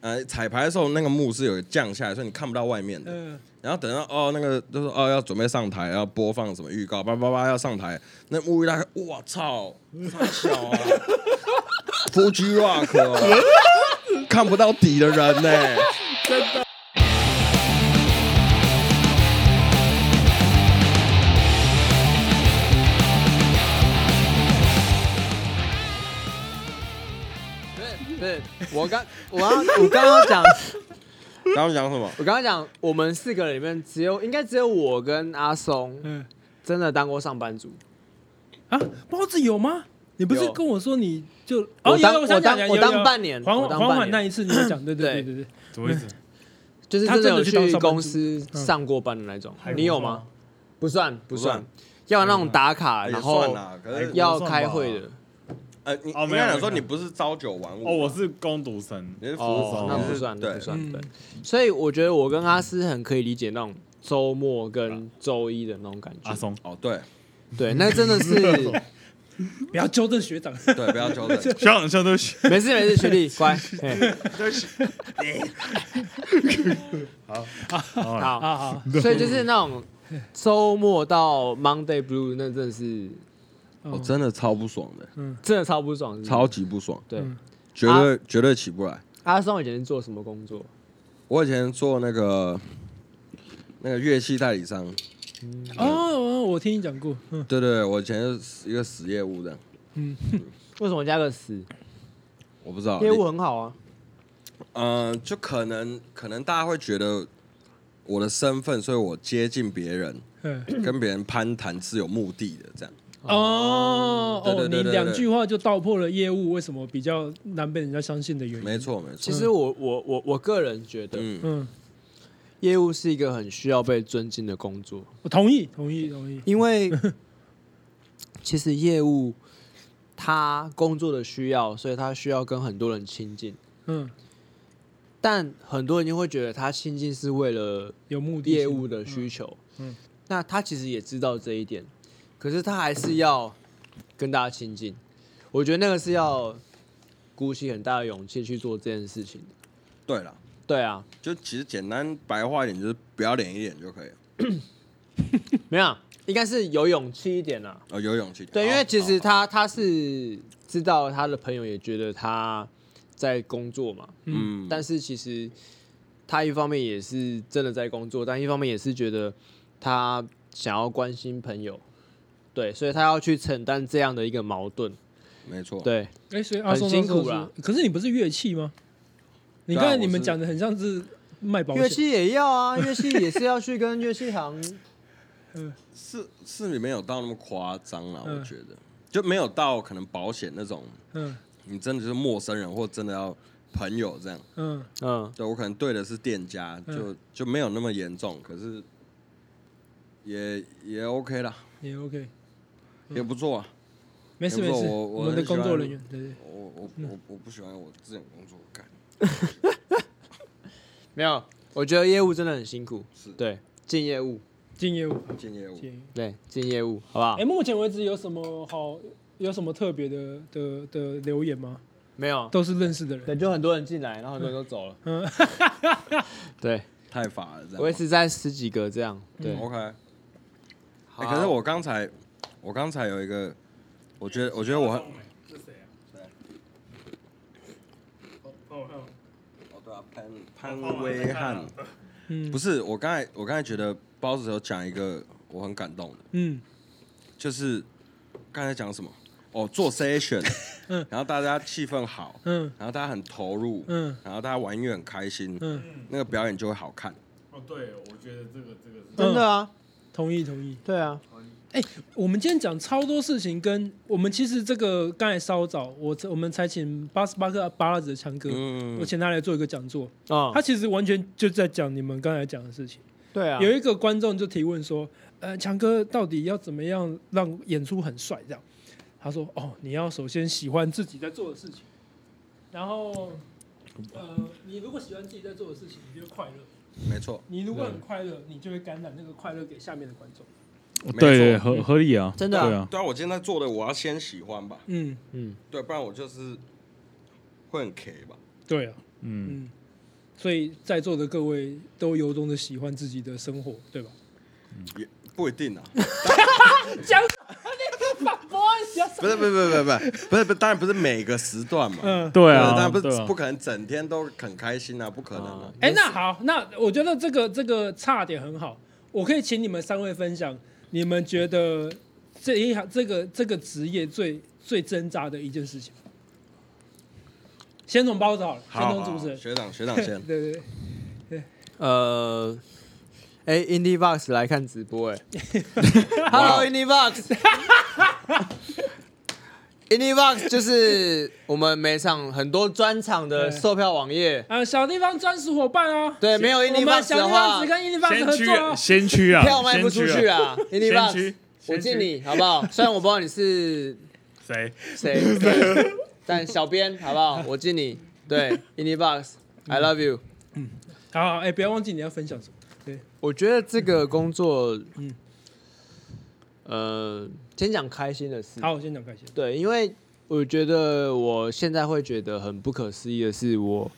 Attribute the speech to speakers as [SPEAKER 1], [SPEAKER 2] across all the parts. [SPEAKER 1] 呃彩排的时候那个幕是有降下来，所以你看不到外面的。
[SPEAKER 2] 嗯，
[SPEAKER 1] 然后等到哦那个就是哦要准备上台，要播放什么预告，叭叭叭要上台，那幕一拉开，我操，
[SPEAKER 3] 嗯
[SPEAKER 1] 太小啊，Fuji Rock，、哦、看不到底的人呢、
[SPEAKER 4] 不是不是，我刚我刚我刚刚讲，
[SPEAKER 1] 然后讲什么？
[SPEAKER 4] 我刚刚讲，我们四个里面只有应该只有我跟阿松
[SPEAKER 2] 嗯
[SPEAKER 4] 真的当过上班族。
[SPEAKER 2] 啊，包子有吗？你不是
[SPEAKER 4] 有
[SPEAKER 2] 跟我说你就
[SPEAKER 4] 我
[SPEAKER 2] 哦，
[SPEAKER 4] 当
[SPEAKER 2] 有有想起来
[SPEAKER 4] 我当
[SPEAKER 2] 有有
[SPEAKER 4] 我当
[SPEAKER 2] 有
[SPEAKER 4] 半年
[SPEAKER 2] 缓
[SPEAKER 4] 我当
[SPEAKER 2] 缓
[SPEAKER 4] 半
[SPEAKER 2] 缓那
[SPEAKER 4] 年
[SPEAKER 2] 一次你有讲，对对对对对，
[SPEAKER 3] 什么意思？
[SPEAKER 4] 就是
[SPEAKER 2] 他
[SPEAKER 4] 真的
[SPEAKER 2] 真的
[SPEAKER 4] 有
[SPEAKER 2] 去当上
[SPEAKER 4] 去
[SPEAKER 2] 班族
[SPEAKER 4] 公司
[SPEAKER 2] 嗯
[SPEAKER 4] 上过班的那种，你有吗？不算，不算
[SPEAKER 1] 算，
[SPEAKER 4] 要有那种打卡，
[SPEAKER 1] 哎也
[SPEAKER 4] 然
[SPEAKER 1] 算啊
[SPEAKER 4] 后哎
[SPEAKER 1] 啦，可是
[SPEAKER 4] 要开会的。
[SPEAKER 1] 呃，你
[SPEAKER 3] 哦
[SPEAKER 1] 应
[SPEAKER 3] 没有
[SPEAKER 1] 该讲说
[SPEAKER 3] 没
[SPEAKER 1] 你
[SPEAKER 3] 有
[SPEAKER 1] 不是朝九晚五吧，
[SPEAKER 3] 哦，我是攻读生，
[SPEAKER 1] 你是服务
[SPEAKER 4] 哦
[SPEAKER 1] 生，，
[SPEAKER 4] 那
[SPEAKER 1] 你
[SPEAKER 4] 不
[SPEAKER 1] 是
[SPEAKER 4] 算，那
[SPEAKER 1] 对
[SPEAKER 4] 不，算，
[SPEAKER 2] 嗯
[SPEAKER 4] 对。所以我觉得我跟阿斯很可以理解那种周末跟周一的那种感
[SPEAKER 3] 阿
[SPEAKER 4] 觉。
[SPEAKER 3] 松，
[SPEAKER 1] 哦对
[SPEAKER 4] 对，那真的 是
[SPEAKER 2] 不要纠正学长，
[SPEAKER 1] 对，不要纠 正，
[SPEAKER 3] 学长像都学
[SPEAKER 4] 没事没事，学弟乖。嘿
[SPEAKER 3] 好，
[SPEAKER 4] 好，
[SPEAKER 2] 啊好 好，
[SPEAKER 4] 所以就是那种周末到 Monday Blue，那真的是
[SPEAKER 2] 哦
[SPEAKER 1] 我真的超不爽的，
[SPEAKER 4] 真的超不爽，是不是
[SPEAKER 1] 超级不爽，
[SPEAKER 4] 对。
[SPEAKER 1] 绝
[SPEAKER 3] 啊
[SPEAKER 1] 对绝对起不来。
[SPEAKER 4] 阿松以前是做什么工作？
[SPEAKER 1] 我以前做那个那个乐器代理商，
[SPEAKER 2] 哦哦，我听你讲过，嗯，
[SPEAKER 1] 对对对，我以前是一个死业务的，
[SPEAKER 4] 为什么加个死？
[SPEAKER 1] 我不知道，
[SPEAKER 4] 业务很好啊。
[SPEAKER 1] 嗯、呃就可能可能大家会觉得我的身份，所以我接近别 人，
[SPEAKER 2] 嗯
[SPEAKER 1] 跟别人攀谈是有目的的，这样。
[SPEAKER 2] 哦
[SPEAKER 1] 对对
[SPEAKER 2] 哦，
[SPEAKER 1] 对对
[SPEAKER 2] 你
[SPEAKER 1] 对
[SPEAKER 2] 两句话就道破了业务为什么比较难被人家相信的原因，
[SPEAKER 1] 没，错没错，
[SPEAKER 4] 其实我我我我个人觉得，
[SPEAKER 1] 嗯，
[SPEAKER 2] 嗯，
[SPEAKER 4] 业务是一个很需要被尊敬的工作，
[SPEAKER 2] 我同意同意同意，
[SPEAKER 4] 因为其实业务他工作的需要，所以他需要跟很多人亲近，
[SPEAKER 2] 嗯，
[SPEAKER 4] 但很多人就会觉得他亲近是为了
[SPEAKER 2] 有目的性
[SPEAKER 4] 业务的需求，
[SPEAKER 2] 嗯嗯
[SPEAKER 4] 那他其实也知道这一点，可是他还是要跟大家亲近，我觉得那个是要鼓起很大的勇气去做这件事情的，
[SPEAKER 1] 对了，
[SPEAKER 4] 对啊，
[SPEAKER 1] 就其实简单白话一点，就是不要脸一点就可以了。
[SPEAKER 4] 没有啊，应该是有勇气一点啦、啊
[SPEAKER 1] 哦，有勇气。
[SPEAKER 4] 对，
[SPEAKER 1] 好
[SPEAKER 4] 因为其实
[SPEAKER 1] 好好
[SPEAKER 4] 他他是知道他的朋友也觉得他在工作嘛，
[SPEAKER 1] 嗯，
[SPEAKER 4] 但是其实他一方面也是真的在工作，但一方面也是觉得他想要关心朋友，对，所以他要去承担这样的一个矛盾，
[SPEAKER 1] 没错。
[SPEAKER 4] 对，
[SPEAKER 2] 哎，所以阿
[SPEAKER 4] 很
[SPEAKER 2] 松
[SPEAKER 4] 辛
[SPEAKER 2] 那时候
[SPEAKER 4] 苦
[SPEAKER 2] 是
[SPEAKER 4] 啦，
[SPEAKER 2] 可是你不是乐器吗？你
[SPEAKER 1] 对啊
[SPEAKER 2] 刚才
[SPEAKER 1] 我
[SPEAKER 2] 你们
[SPEAKER 1] 是
[SPEAKER 2] 讲的很像是卖保
[SPEAKER 4] 乐
[SPEAKER 2] 险，
[SPEAKER 4] 器也要啊，乐器也是要去跟乐器行，
[SPEAKER 1] 是是里面有到那么夸张啦，
[SPEAKER 2] 嗯
[SPEAKER 1] 我觉得就没有到可能保险那种，
[SPEAKER 2] 嗯
[SPEAKER 1] 你真的就是陌生人或真的要朋友这样。
[SPEAKER 2] 嗯，
[SPEAKER 4] 嗯，
[SPEAKER 1] 对我可能对的是店家，
[SPEAKER 2] 嗯
[SPEAKER 1] 就就没有那么严重，可是也也 OK 啦，
[SPEAKER 2] 也 OK，
[SPEAKER 4] 嗯
[SPEAKER 1] 也不错啊。
[SPEAKER 2] 没事
[SPEAKER 1] 也
[SPEAKER 2] 没
[SPEAKER 1] 不
[SPEAKER 2] 事，
[SPEAKER 1] 错我我
[SPEAKER 2] 们的
[SPEAKER 1] 很喜
[SPEAKER 2] 工
[SPEAKER 1] 欢
[SPEAKER 2] 作人员，对对，
[SPEAKER 1] 我我
[SPEAKER 4] 嗯
[SPEAKER 1] 我我不喜欢我这种工作干，
[SPEAKER 4] 没有，我觉得业务真的很辛苦，
[SPEAKER 1] 是
[SPEAKER 4] 对，进业务，
[SPEAKER 2] 进业务，
[SPEAKER 1] 进业务
[SPEAKER 2] 进业务。
[SPEAKER 4] 对，进业务，好不好
[SPEAKER 2] 哎、？目前为止有什么好，有什么特别的的的留言吗？
[SPEAKER 4] 没有，
[SPEAKER 2] 都是认识的人。
[SPEAKER 4] 对，就很多人进来，然后很多人都走了，
[SPEAKER 2] 嗯，
[SPEAKER 4] 对。
[SPEAKER 1] 太乏了这样。
[SPEAKER 4] 我也是在十几个这样，对。
[SPEAKER 2] 嗯
[SPEAKER 1] OK、欸
[SPEAKER 4] 好
[SPEAKER 1] 可是我刚才我刚才有一个，我觉得我觉得我很。哦对啊潘潘威汉，
[SPEAKER 2] 嗯
[SPEAKER 1] 不是我刚才，我刚才觉得包子有讲一个我很感动的，
[SPEAKER 2] 嗯，
[SPEAKER 1] 就是刚才讲什么？哦，做 session，
[SPEAKER 2] 嗯
[SPEAKER 1] 然后大家气氛好，
[SPEAKER 2] 嗯
[SPEAKER 1] 然后大家很投入，
[SPEAKER 2] 嗯
[SPEAKER 1] 然后大家玩乐很开心，
[SPEAKER 2] 嗯，
[SPEAKER 1] 那个表演就会好看。
[SPEAKER 3] 哦，对，我觉得这个这个是
[SPEAKER 4] 真的啊，
[SPEAKER 2] 嗯同意同意。
[SPEAKER 4] 对啊，
[SPEAKER 2] 我们今天讲超多事情跟，我们其实这个刚才稍早，我我们才请八十八克巴拉子的强哥，我
[SPEAKER 1] 嗯，
[SPEAKER 2] 请他来做一个讲座，
[SPEAKER 4] 啊
[SPEAKER 2] 他，其实完全就在讲你们刚才讲的事情。
[SPEAKER 4] 对啊，
[SPEAKER 2] 有一个观众就提问说：“呃，强哥到底要怎么样让演出很帅？”这样，他说：“哦，你要首先喜欢自己在做的事情，然后，呃，你如果喜欢自己在做的事情，你就会快乐。
[SPEAKER 1] 没错，
[SPEAKER 2] 你如果很快乐，你就会感染那个快乐给下面的观众。
[SPEAKER 1] 没错
[SPEAKER 3] 哦对合合理啊，
[SPEAKER 4] 真的啊
[SPEAKER 3] 对啊，
[SPEAKER 1] 对啊，我今天在做的，我要先喜欢吧，
[SPEAKER 2] 嗯，
[SPEAKER 4] 嗯，
[SPEAKER 1] 对，不然我就是会很 K 吧。
[SPEAKER 2] 对啊，
[SPEAKER 3] 嗯，
[SPEAKER 2] 嗯，所以在座的各位都由衷的喜欢自己的生活，对吧？
[SPEAKER 1] 也不一定啊，
[SPEAKER 2] 讲，反驳一下，
[SPEAKER 1] 不是不是不是不是不是不是，当然不是每个时段嘛，
[SPEAKER 2] 嗯。
[SPEAKER 3] 对
[SPEAKER 1] 当
[SPEAKER 3] 啊，
[SPEAKER 1] 然不
[SPEAKER 3] 对
[SPEAKER 1] 是
[SPEAKER 3] 啊
[SPEAKER 1] 不可能整天都很开心啊，不可能啊
[SPEAKER 4] 啊。
[SPEAKER 2] 哎、那好，那我觉得这个这个差点很好，我可以请你们三位分享，你们觉得这一行这个这个职业最最挣扎的一件事情。先从包子好了，先
[SPEAKER 1] 好，
[SPEAKER 2] 从
[SPEAKER 1] 好
[SPEAKER 2] 主持
[SPEAKER 1] 好
[SPEAKER 2] 人。，
[SPEAKER 1] 学长学长先
[SPEAKER 2] 对对对，
[SPEAKER 4] 呃，哎、i n d i e Box 来看直播哎、Hello Indie Box。Indie Box 就是我们每场很多专场的
[SPEAKER 2] 对
[SPEAKER 4] 售票网页，
[SPEAKER 2] 啊、小地方专属伙伴哦。
[SPEAKER 4] 对没有
[SPEAKER 2] 我
[SPEAKER 4] Indie
[SPEAKER 2] 们
[SPEAKER 4] Box
[SPEAKER 2] 小
[SPEAKER 4] 的
[SPEAKER 2] 地方
[SPEAKER 4] 话
[SPEAKER 2] 只，跟 Indie
[SPEAKER 3] 先
[SPEAKER 2] Box 合作
[SPEAKER 3] 驱
[SPEAKER 2] 哦。
[SPEAKER 3] 先驱啊，
[SPEAKER 4] 票卖不出去
[SPEAKER 3] 先驱啊，
[SPEAKER 4] 啊，Indie
[SPEAKER 3] 先
[SPEAKER 4] Box，
[SPEAKER 3] 驱，
[SPEAKER 4] 我敬
[SPEAKER 3] 先驱
[SPEAKER 4] 你好不 好？虽然我不知道你是
[SPEAKER 3] 谁？
[SPEAKER 4] 谁，但小编好不好？我敬你，对，Indie
[SPEAKER 3] 嗯
[SPEAKER 4] Box，I love you。
[SPEAKER 2] 好好，哎、不要忘记你要分享什么。
[SPEAKER 4] 我觉得这个工作，嗯，呃，先讲开心的事。
[SPEAKER 2] 好，我先讲开心。
[SPEAKER 4] 对，因为我觉得我现在会觉得很不可思议的是，我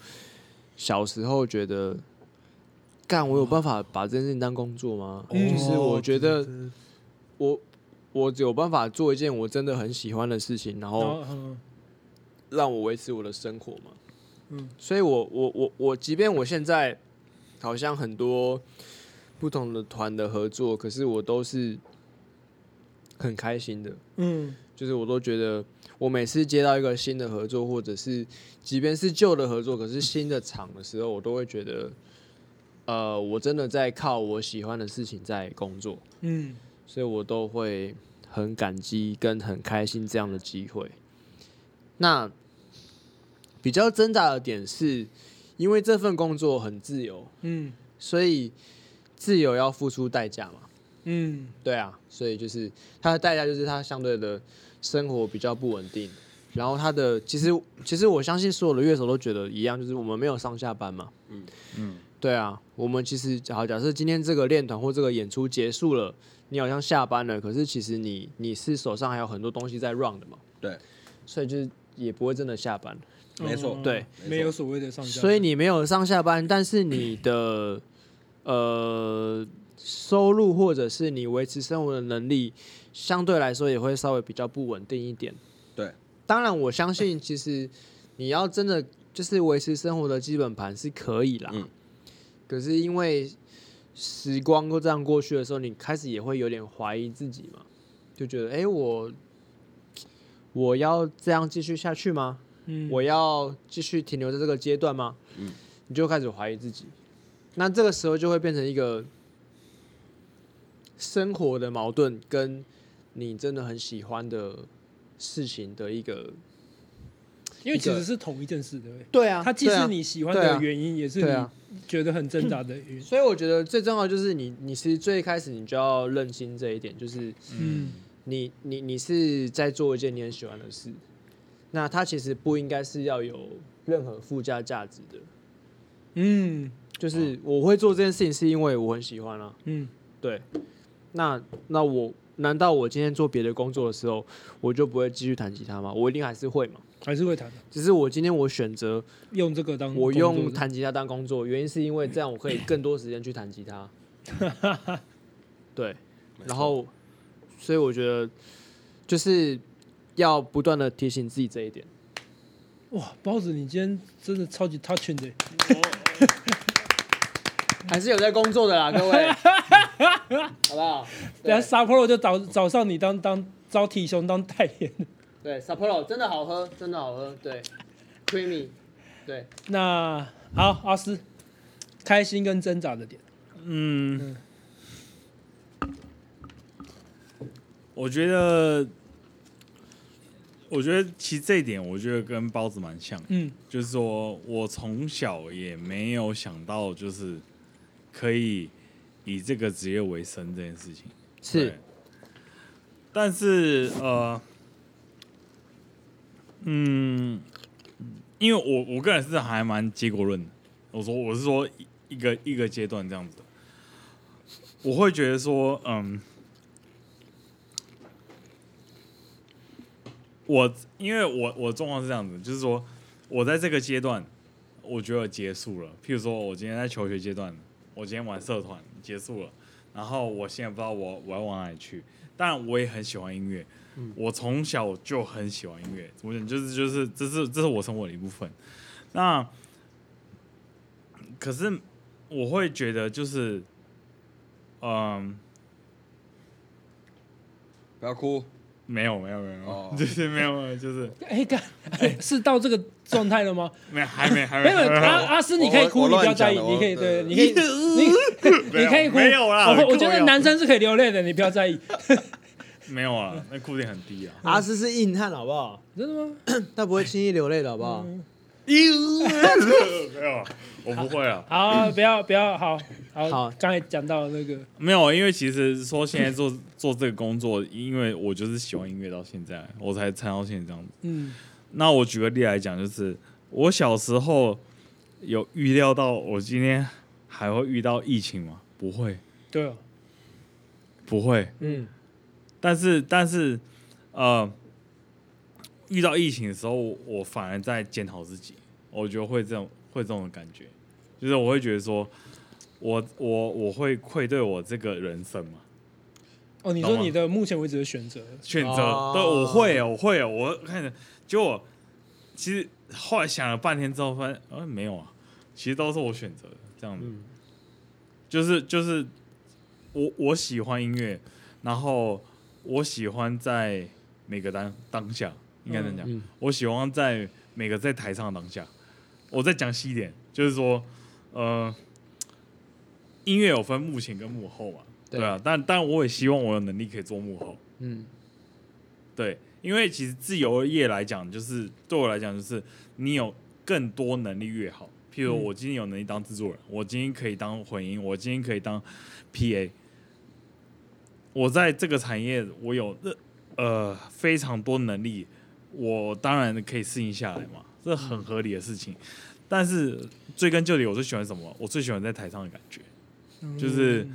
[SPEAKER 4] 小时候觉得，干我有办法把这件事情当工作吗？就
[SPEAKER 2] 嗯
[SPEAKER 4] 是我觉得
[SPEAKER 3] 哦
[SPEAKER 4] 我我只有办法做一件我真的很喜欢的事情，然
[SPEAKER 2] 然
[SPEAKER 4] 后
[SPEAKER 2] 后，嗯
[SPEAKER 4] 让我维持我的生活嘛。
[SPEAKER 2] 嗯，
[SPEAKER 4] 所以我我我我，即便我现在好像很多不同的团的合作，可是我都是很开心的。
[SPEAKER 2] 嗯
[SPEAKER 4] 就是我都觉得，我每次接到一个新的合作，或者是即便是旧的合作，可是新的厂的时候，我都会觉得，呃，我真的在靠我喜欢的事情在工作，
[SPEAKER 2] 嗯
[SPEAKER 4] 所以我都会很感激跟很开心这样的机会。那比较挣扎的点是，因为这份工作很自由，
[SPEAKER 2] 嗯
[SPEAKER 4] 所以自由要付出代价嘛。
[SPEAKER 2] 嗯
[SPEAKER 4] 对啊，所以就是它的代价就是它相对的生活比较不稳定，然后它的其实其实我相信所有的乐手都觉得一样，就是我们没有上下班嘛。嗯嗯，对啊，我们其实好，假设今天这个练团或这个演出结束了，你好像下班了，可是其实你你是手上还有很多东西在 run 的嘛，
[SPEAKER 1] 对，
[SPEAKER 4] 所以就是也不会真的下班。
[SPEAKER 1] 没错
[SPEAKER 2] 嗯
[SPEAKER 4] 对
[SPEAKER 2] 没有所谓的上下。
[SPEAKER 4] 所以你没有上下班，但是你的呃收入或者是你维持生活的能力，相对来说也会稍微比较不稳定一点。
[SPEAKER 1] 对，
[SPEAKER 4] 当然我相信，其实你要真的就是维持生活的基本盘是可以啦。
[SPEAKER 1] 嗯
[SPEAKER 4] 可是因为时光都这样过去的时候，你开始也会有点怀疑自己嘛，就觉得哎、诶我我要这样继续下去吗？
[SPEAKER 2] 嗯
[SPEAKER 4] 我要继续停留在这个阶段吗？
[SPEAKER 1] 嗯
[SPEAKER 4] 你就开始怀疑自己，那这个时候就会变成一个生活的矛盾，跟你真的很喜欢的事情的一个
[SPEAKER 2] 因为其实是同一件事，对不对？
[SPEAKER 4] 对啊
[SPEAKER 2] 它既是你喜欢
[SPEAKER 4] 对
[SPEAKER 2] 的
[SPEAKER 4] 啊
[SPEAKER 2] 原因，也是
[SPEAKER 4] 对啊
[SPEAKER 2] 你觉得很挣扎的原因。
[SPEAKER 4] 所以我觉得最重要就是你，你其实最开始你就要认清这一点，就是
[SPEAKER 2] 嗯
[SPEAKER 4] 你你你是在做一件你很喜欢的事，那它其实不应该是要有任何附加价值的。
[SPEAKER 2] 嗯
[SPEAKER 4] 就是我会做这件事情是因为我很喜欢啊，
[SPEAKER 2] 嗯
[SPEAKER 4] 对。那那我难道我今天做别的工作的时候，我就不会继续弹吉他吗？我一定还是会嘛。
[SPEAKER 2] 还是会谈的，
[SPEAKER 4] 只是我今天我选择
[SPEAKER 2] 用这个当
[SPEAKER 4] 我
[SPEAKER 2] 嗯工
[SPEAKER 4] 用
[SPEAKER 2] 作
[SPEAKER 4] 弹吉他当工作，原因是因为这样我可以更多时间去弹吉 他。对，然后所以我觉得就是要不断的提醒自己这一点。
[SPEAKER 2] 哇，包子，你今天真的超级 touching 的，
[SPEAKER 4] 还是有在工作的啦，各 位，好不好？
[SPEAKER 2] 等
[SPEAKER 4] 对
[SPEAKER 2] 下 Sapporo 就找找上你当当招替兄当代言。
[SPEAKER 4] 对，Sapporo 真的好喝，真的好喝，对，Creamy，对，
[SPEAKER 2] 那好，阿斯，开心跟挣扎的点，
[SPEAKER 3] 嗯，我觉得，我觉得其实这一点，我觉得跟包子蛮像的，
[SPEAKER 2] 嗯
[SPEAKER 3] 就是说我从小也没有想到，就是可以以这个职业为生这件事情。对
[SPEAKER 4] 是，
[SPEAKER 3] 但是呃，嗯，因为我我个人是还蛮结果论的，我说我是说一一个一个阶段这样子的，我会觉得说，嗯，我因为我我的状况是这样子，就是说我在这个阶段，我觉得结束了。譬如说，我今天在求学阶段，我今天玩社团结束了，然后我现在不知道我我要往哪里去。当然，我也很喜欢音乐，我从小就很喜欢音乐。我讲就是就是这是这是我生活的一部分。那可是我会觉得就是，嗯，
[SPEAKER 1] 不要哭，
[SPEAKER 3] 没有没有没有，
[SPEAKER 1] 哦
[SPEAKER 3] 就是没有没有就是
[SPEAKER 2] 哎，干，是到这个状态了吗？
[SPEAKER 3] 没有还没还
[SPEAKER 2] 没
[SPEAKER 3] 没
[SPEAKER 2] 有，阿阿斯，你可以
[SPEAKER 1] 我
[SPEAKER 2] 哭，
[SPEAKER 1] 我
[SPEAKER 2] 你不要
[SPEAKER 1] 乱讲
[SPEAKER 2] 在
[SPEAKER 1] 的
[SPEAKER 2] 意，你可以，
[SPEAKER 1] 我
[SPEAKER 2] 对，
[SPEAKER 1] 对
[SPEAKER 2] 你可以，你你可以哭，
[SPEAKER 3] 没有啦
[SPEAKER 2] 我会
[SPEAKER 3] 我
[SPEAKER 2] 我觉
[SPEAKER 3] 没
[SPEAKER 2] 得
[SPEAKER 3] 有
[SPEAKER 2] 男生是可以流泪的，你不要在意。
[SPEAKER 3] 没有啊，那哭点很低啊。
[SPEAKER 4] 阿斯是硬汉，好不好？
[SPEAKER 2] 真的吗？
[SPEAKER 4] 他不会轻易流泪的，好不好？
[SPEAKER 3] 嗯没有，我不会啊。
[SPEAKER 2] 好，不要不要，好好
[SPEAKER 4] 好
[SPEAKER 2] 刚才讲到那个，
[SPEAKER 3] 没有，因为其实说现在做做这个工作，因为我就是喜欢音乐到现在，我才参到现在这样子。
[SPEAKER 2] 嗯，
[SPEAKER 3] 那我举个例来讲，就是我小时候有预料到我今天还会遇到疫情吗？不会，
[SPEAKER 2] 对哦，
[SPEAKER 3] 不会。
[SPEAKER 4] 嗯，
[SPEAKER 3] 但是但是呃，遇到疫情的时候，我我反而在检讨自己，我觉得会这种会这种感觉，就是我会觉得说，我我我会愧对我这个人生嘛，
[SPEAKER 2] 哦，你
[SPEAKER 3] 懂
[SPEAKER 2] 说
[SPEAKER 3] 吗
[SPEAKER 2] 你的目前为止的选择，
[SPEAKER 3] 选择、
[SPEAKER 4] 哦
[SPEAKER 3] 对，我会哦我会哦我看着，结果其实后来想了半天之后，发现呃没有啊，其实都是我选择的这样子，
[SPEAKER 4] 嗯
[SPEAKER 3] 就是就是我我喜欢音乐，然后我喜欢在每个当当下，应该这样讲，
[SPEAKER 4] 嗯嗯
[SPEAKER 3] 我喜欢在每个在台上的当下。我再讲细一点，就是说，呃，音乐有分幕前跟幕后嘛，
[SPEAKER 4] 对
[SPEAKER 3] 对啊，但但我也希望我有能力可以做幕后，
[SPEAKER 4] 嗯
[SPEAKER 3] 对，因为其实自由业来讲，就是对我来讲，就是你有更多能力越好。譬如我今天有能力当制作人，我今天可以当混音，我今天可以当 PA。我在这个产业，我有呃呃非常多能力，我当然可以适应下来嘛，这很合理的事情。但是追根究底，我最喜欢什么？我最喜欢在台上的感觉。就是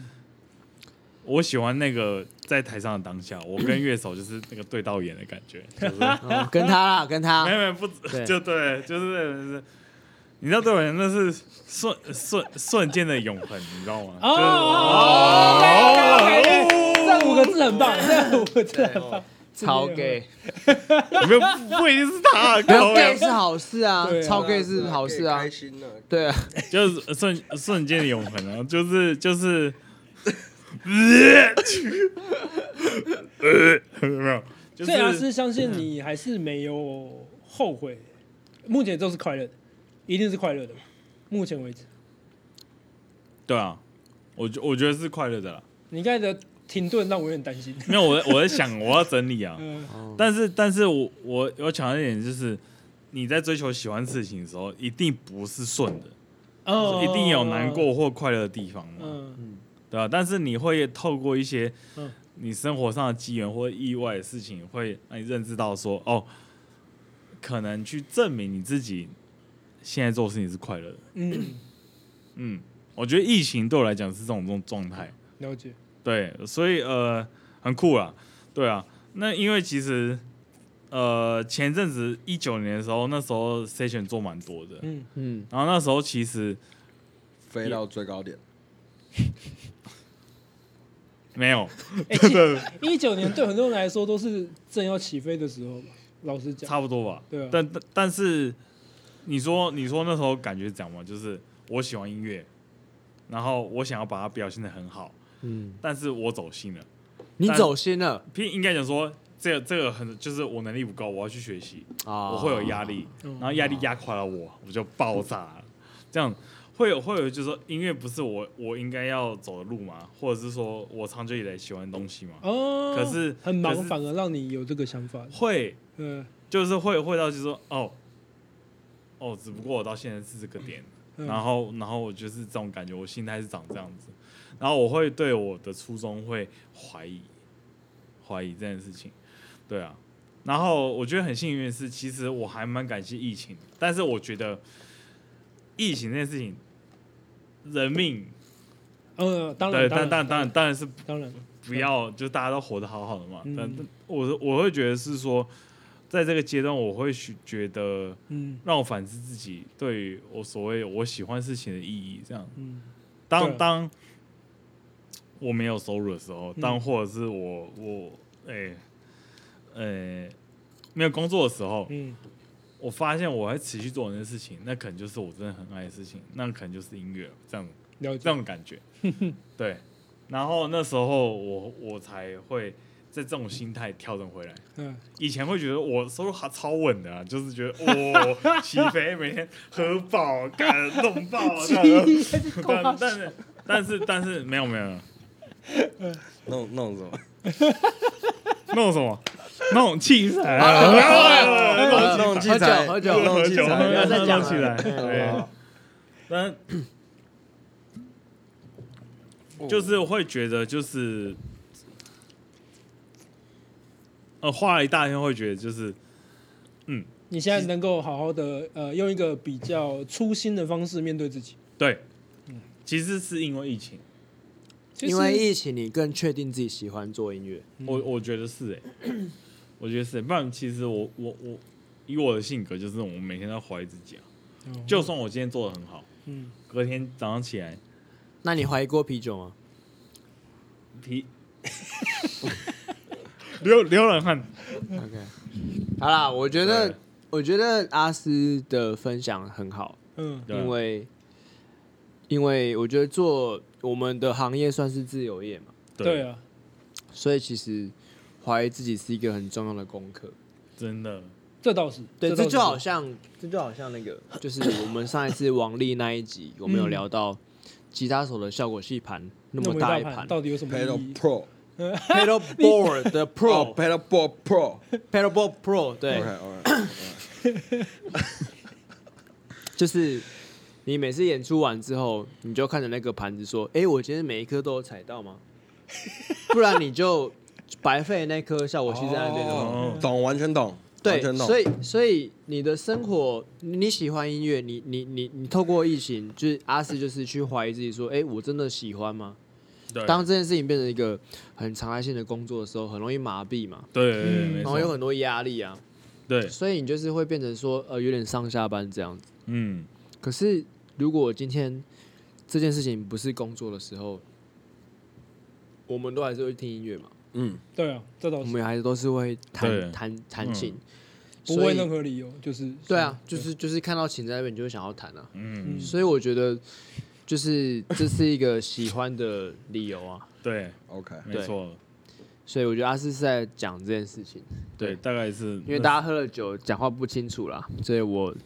[SPEAKER 3] 我喜欢那个在台上的当下，我跟乐手就是那个对到眼的感 觉，就是
[SPEAKER 4] 哦跟他啦，跟
[SPEAKER 3] 没有
[SPEAKER 4] 他，
[SPEAKER 3] 没有不
[SPEAKER 4] 对
[SPEAKER 3] 止，就对，就是就是，你知道对我来讲那是瞬瞬瞬间的永恒，你知道吗？
[SPEAKER 2] 哦
[SPEAKER 3] 就是
[SPEAKER 2] 哦，对对对对这五个字很棒，这五个字很棒，
[SPEAKER 4] 超 gay，
[SPEAKER 3] 没有不一定是他，
[SPEAKER 4] 没
[SPEAKER 3] 靠
[SPEAKER 4] 有 gay
[SPEAKER 3] 背
[SPEAKER 4] 是好事啊
[SPEAKER 2] 对，啊
[SPEAKER 4] 超 gay 是好事啊
[SPEAKER 1] 开，心啊，
[SPEAKER 4] 对啊，
[SPEAKER 3] 就是瞬瞬间的永恒啊，就 是就是， 呃，没有，就
[SPEAKER 2] 所以阿
[SPEAKER 3] 是
[SPEAKER 2] 斯相信你还是没有后悔，目前都是快乐的，一定是快乐的嘛，目前为止，
[SPEAKER 3] 对啊，我觉我觉得是快乐的啦。
[SPEAKER 2] 你刚才的停顿让我有点担心，
[SPEAKER 3] 没有，我在我在想我要整理 啊，
[SPEAKER 2] 嗯，
[SPEAKER 3] 但是，但是我我我强调一点就是，你在追求喜欢事情的时候，一定不是顺的，
[SPEAKER 2] 哦
[SPEAKER 3] 一定有难，过或快乐的地方嘛，
[SPEAKER 2] 嗯，
[SPEAKER 3] 对吧、但是你会透过一些
[SPEAKER 2] 嗯
[SPEAKER 3] 你生活上的机缘或意外的事情，会让你认知到说，哦，可能去证明你自己现在做事情是快乐的。
[SPEAKER 2] 嗯，
[SPEAKER 3] 嗯，我觉得疫情对我来讲是这种这种状态。
[SPEAKER 2] 了解，
[SPEAKER 3] 对，所以呃，很酷啦，对啊。那因为其实呃，前阵子一九年的时候，那时候 session 做蛮多的，
[SPEAKER 2] 嗯，
[SPEAKER 4] 嗯，
[SPEAKER 3] 然后那时候其实
[SPEAKER 1] 飞到最高点，
[SPEAKER 3] 没有，
[SPEAKER 2] 哎一九年对很多人来说都是正要起飞的时候吧，老实讲，
[SPEAKER 3] 差不多吧。
[SPEAKER 2] 对啊
[SPEAKER 3] 但但但是你说你说那时候感觉怎么？就是我喜欢音乐，然后我想要把它表现的很好，
[SPEAKER 4] 嗯，
[SPEAKER 3] 但是我走心了。
[SPEAKER 4] 你走心了
[SPEAKER 3] 偏应该讲说，这个这个很就是我能力不够，我要去学习。
[SPEAKER 4] 啊，
[SPEAKER 3] 我会有压力，然后压力压垮了我，我就爆炸了。这样会有会有，就是说音乐不是我我应该要走的路嘛，或者是说我长久以来喜欢的东西嘛，
[SPEAKER 2] 哦，
[SPEAKER 3] 可是
[SPEAKER 2] 很
[SPEAKER 3] 可
[SPEAKER 2] 忙，
[SPEAKER 3] 是
[SPEAKER 2] 反而让你有这个想法，
[SPEAKER 3] 会
[SPEAKER 2] 嗯
[SPEAKER 3] 就是会会到就是说哦哦，只不过我到现在是这个点，
[SPEAKER 2] 嗯
[SPEAKER 3] 然后然后我就是这种感觉，我心态是长这样子，然后我会对我的初衷会怀疑怀疑这件事情，对啊，然后我觉得很幸运的是，其实我还蛮感谢疫情的，但是我觉得疫情这件事情，人命
[SPEAKER 2] 嗯，当然，
[SPEAKER 3] 对，
[SPEAKER 2] 当
[SPEAKER 3] 但但
[SPEAKER 2] 然，
[SPEAKER 3] 当然当然是
[SPEAKER 2] 当然，
[SPEAKER 3] 不要，就大家都活得好好的嘛。
[SPEAKER 2] 嗯
[SPEAKER 3] 但但我我会觉得是说，在这个阶段，我会去觉得
[SPEAKER 2] 嗯
[SPEAKER 3] 让我反思自己对于我所谓我喜欢事情的意义。这样，
[SPEAKER 2] 嗯对
[SPEAKER 3] 当
[SPEAKER 2] 啊
[SPEAKER 3] 当我没有收入的时候，
[SPEAKER 2] 嗯
[SPEAKER 3] 当或者是我我哎呃、没有工作的时候，
[SPEAKER 2] 嗯
[SPEAKER 3] 我发现我还持续做那些事情，那可能就是我真的很爱的事情，那可能就是音乐这样
[SPEAKER 2] 了解，
[SPEAKER 3] 这种感觉。对，然后那时候我我才会在这种心态调整回来。
[SPEAKER 2] 嗯
[SPEAKER 3] 以前会觉得我收入还超稳的、啊，就是觉得哇、起飞，每天喝爆、干弄爆，啊这样但但是但是但是没有没有
[SPEAKER 1] 弄弄什么？
[SPEAKER 3] 弄什么弄器材 啊，
[SPEAKER 1] 弄
[SPEAKER 4] 呃
[SPEAKER 1] 哎弄器
[SPEAKER 4] 喝酒
[SPEAKER 1] 材，
[SPEAKER 4] 喝酒
[SPEAKER 1] 弄器
[SPEAKER 3] 喝酒
[SPEAKER 1] 材，
[SPEAKER 4] 不要再讲
[SPEAKER 3] 弄起
[SPEAKER 4] 了
[SPEAKER 3] 来
[SPEAKER 4] 对。
[SPEAKER 3] 但就是会觉得就是，呃，画了一大圈，会觉得就是
[SPEAKER 2] 你现在能够好好的呃，用一个比较粗心的方式面对自己，
[SPEAKER 3] 对，其实是因为疫情，
[SPEAKER 2] 其实嗯
[SPEAKER 4] 因为疫情，你更确定自己喜欢做音乐。
[SPEAKER 3] 我我觉得是哎、我觉得是、欸，不然其实我我我以我的性格就是我每天都在怀疑自己啊，
[SPEAKER 2] 哦
[SPEAKER 3] 就算我今天做的很好，
[SPEAKER 2] 嗯
[SPEAKER 3] 隔天早上起来
[SPEAKER 4] 那你怀疑过啤酒吗？
[SPEAKER 3] 皮流流冷汗，
[SPEAKER 4] OK，好啦，我觉
[SPEAKER 3] 嗯对
[SPEAKER 4] 得我觉得阿斯的分享很好，
[SPEAKER 2] 嗯
[SPEAKER 3] 对啊
[SPEAKER 4] 因为因为我觉得做我们的行业算是自由业嘛，
[SPEAKER 2] 对，啊，
[SPEAKER 4] 所以其实怀疑自己是一个很重要的功课。
[SPEAKER 3] 真的，
[SPEAKER 2] 这倒是
[SPEAKER 4] 对，
[SPEAKER 2] 倒
[SPEAKER 4] 这
[SPEAKER 2] 是
[SPEAKER 4] 就好像这就好像那个， 嗯就是我们上一次王力那一集，我们有聊到吉他手的效果器盘那
[SPEAKER 2] 那
[SPEAKER 4] 么
[SPEAKER 2] 么
[SPEAKER 4] 大一
[SPEAKER 2] 盘
[SPEAKER 4] 盘
[SPEAKER 2] 到底有什么意
[SPEAKER 1] Pedal
[SPEAKER 2] 义？
[SPEAKER 1] Pro，
[SPEAKER 4] ，Pedal Board 的
[SPEAKER 1] 哦
[SPEAKER 4] Pro
[SPEAKER 1] ，Pedal Board Pro，OK
[SPEAKER 4] Pedal Board Pro，对，
[SPEAKER 1] OK，
[SPEAKER 4] 就是你每次演出完之后，你就看着那个盘子说：“哎、我今天每一颗都有踩到吗？” 不然你就白费那颗效果器在那边的话。
[SPEAKER 3] 哦
[SPEAKER 1] 懂，完全懂，完
[SPEAKER 4] 对
[SPEAKER 1] 全，懂，
[SPEAKER 4] 所以所以你的生活，你你喜欢音乐，你你你你透过疫情，就是阿四就是去怀疑自己说：“哎、我真的喜欢吗？”
[SPEAKER 3] 对，
[SPEAKER 4] 当这件事情变成一个很常态性的工作的时候，很容易麻痹嘛，
[SPEAKER 3] 对对对，
[SPEAKER 2] 嗯
[SPEAKER 3] 没
[SPEAKER 4] 然后有
[SPEAKER 3] 错，
[SPEAKER 4] 很多压力啊，
[SPEAKER 3] 对，
[SPEAKER 4] 所以你就是会变成说，呃，有点上下班这样子。
[SPEAKER 3] 嗯，
[SPEAKER 4] 可是如果今天这件事情不是工作的时候，我们都还是会听音乐嘛，
[SPEAKER 1] 嗯，
[SPEAKER 2] 对啊，这倒
[SPEAKER 4] 我
[SPEAKER 2] 是嗯
[SPEAKER 4] 们还是都是会
[SPEAKER 3] 对
[SPEAKER 4] 弹弹弹琴，
[SPEAKER 2] 不
[SPEAKER 4] 所
[SPEAKER 2] 为
[SPEAKER 4] 以
[SPEAKER 2] 任何理由，就是
[SPEAKER 4] 对啊，就是就是看到琴在那边，你就会想要弹啊。
[SPEAKER 3] 嗯，
[SPEAKER 2] 嗯
[SPEAKER 4] 所以我觉得就是这是一个喜欢的理由啊，
[SPEAKER 3] 对，
[SPEAKER 1] OK，
[SPEAKER 3] 没错，
[SPEAKER 4] 所以我觉得阿四是在讲这件事情，
[SPEAKER 3] 对，大概是
[SPEAKER 4] 因为大家喝了酒讲话不清楚啦，所以我
[SPEAKER 2] 对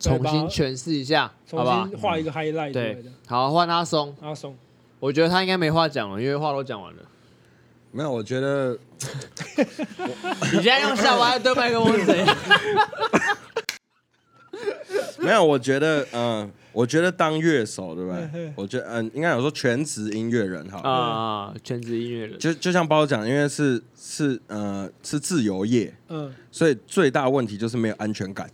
[SPEAKER 4] 重
[SPEAKER 2] 吧
[SPEAKER 4] 新诠释一下，
[SPEAKER 2] 重
[SPEAKER 4] 好不好
[SPEAKER 2] 新？画一个 highlight 出来
[SPEAKER 4] 对
[SPEAKER 2] 的。，
[SPEAKER 4] 好换阿松，
[SPEAKER 2] 阿松，
[SPEAKER 4] 我觉得他应该没话讲了，因为话都讲完了。
[SPEAKER 1] 没有，我觉 得
[SPEAKER 4] 你现在用下巴对麦克风谁？
[SPEAKER 1] 没有，我觉得，嗯，我觉得当乐手，对不对？我觉得，嗯，应该有说全职音乐人哈，
[SPEAKER 4] 啊，全职音乐人。
[SPEAKER 1] 就就像包讲，因为是是呃是自由业，
[SPEAKER 2] 嗯，
[SPEAKER 1] 所以最大问题就是没有安全感。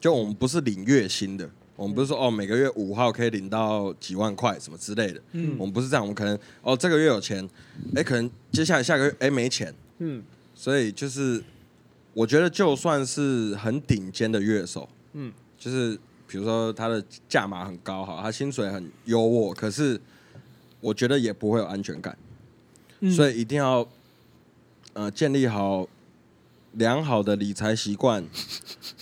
[SPEAKER 1] 就我们不是领月薪的，我们不是说哦每个月五号可以领到几万块什么之类的，
[SPEAKER 2] 嗯
[SPEAKER 1] 我们不是这样，我们可能哦这个月有钱，哎可能接下来下个月哎没钱，
[SPEAKER 4] 嗯
[SPEAKER 1] 所以就是我觉得就算是很顶尖的乐手，嗯
[SPEAKER 4] 嗯，
[SPEAKER 1] 就是比如说他的价码很高哈，他薪水很优渥，可是我觉得也不会有安全感。
[SPEAKER 2] 嗯
[SPEAKER 1] 所以一定要呃建立好良好的理财习惯，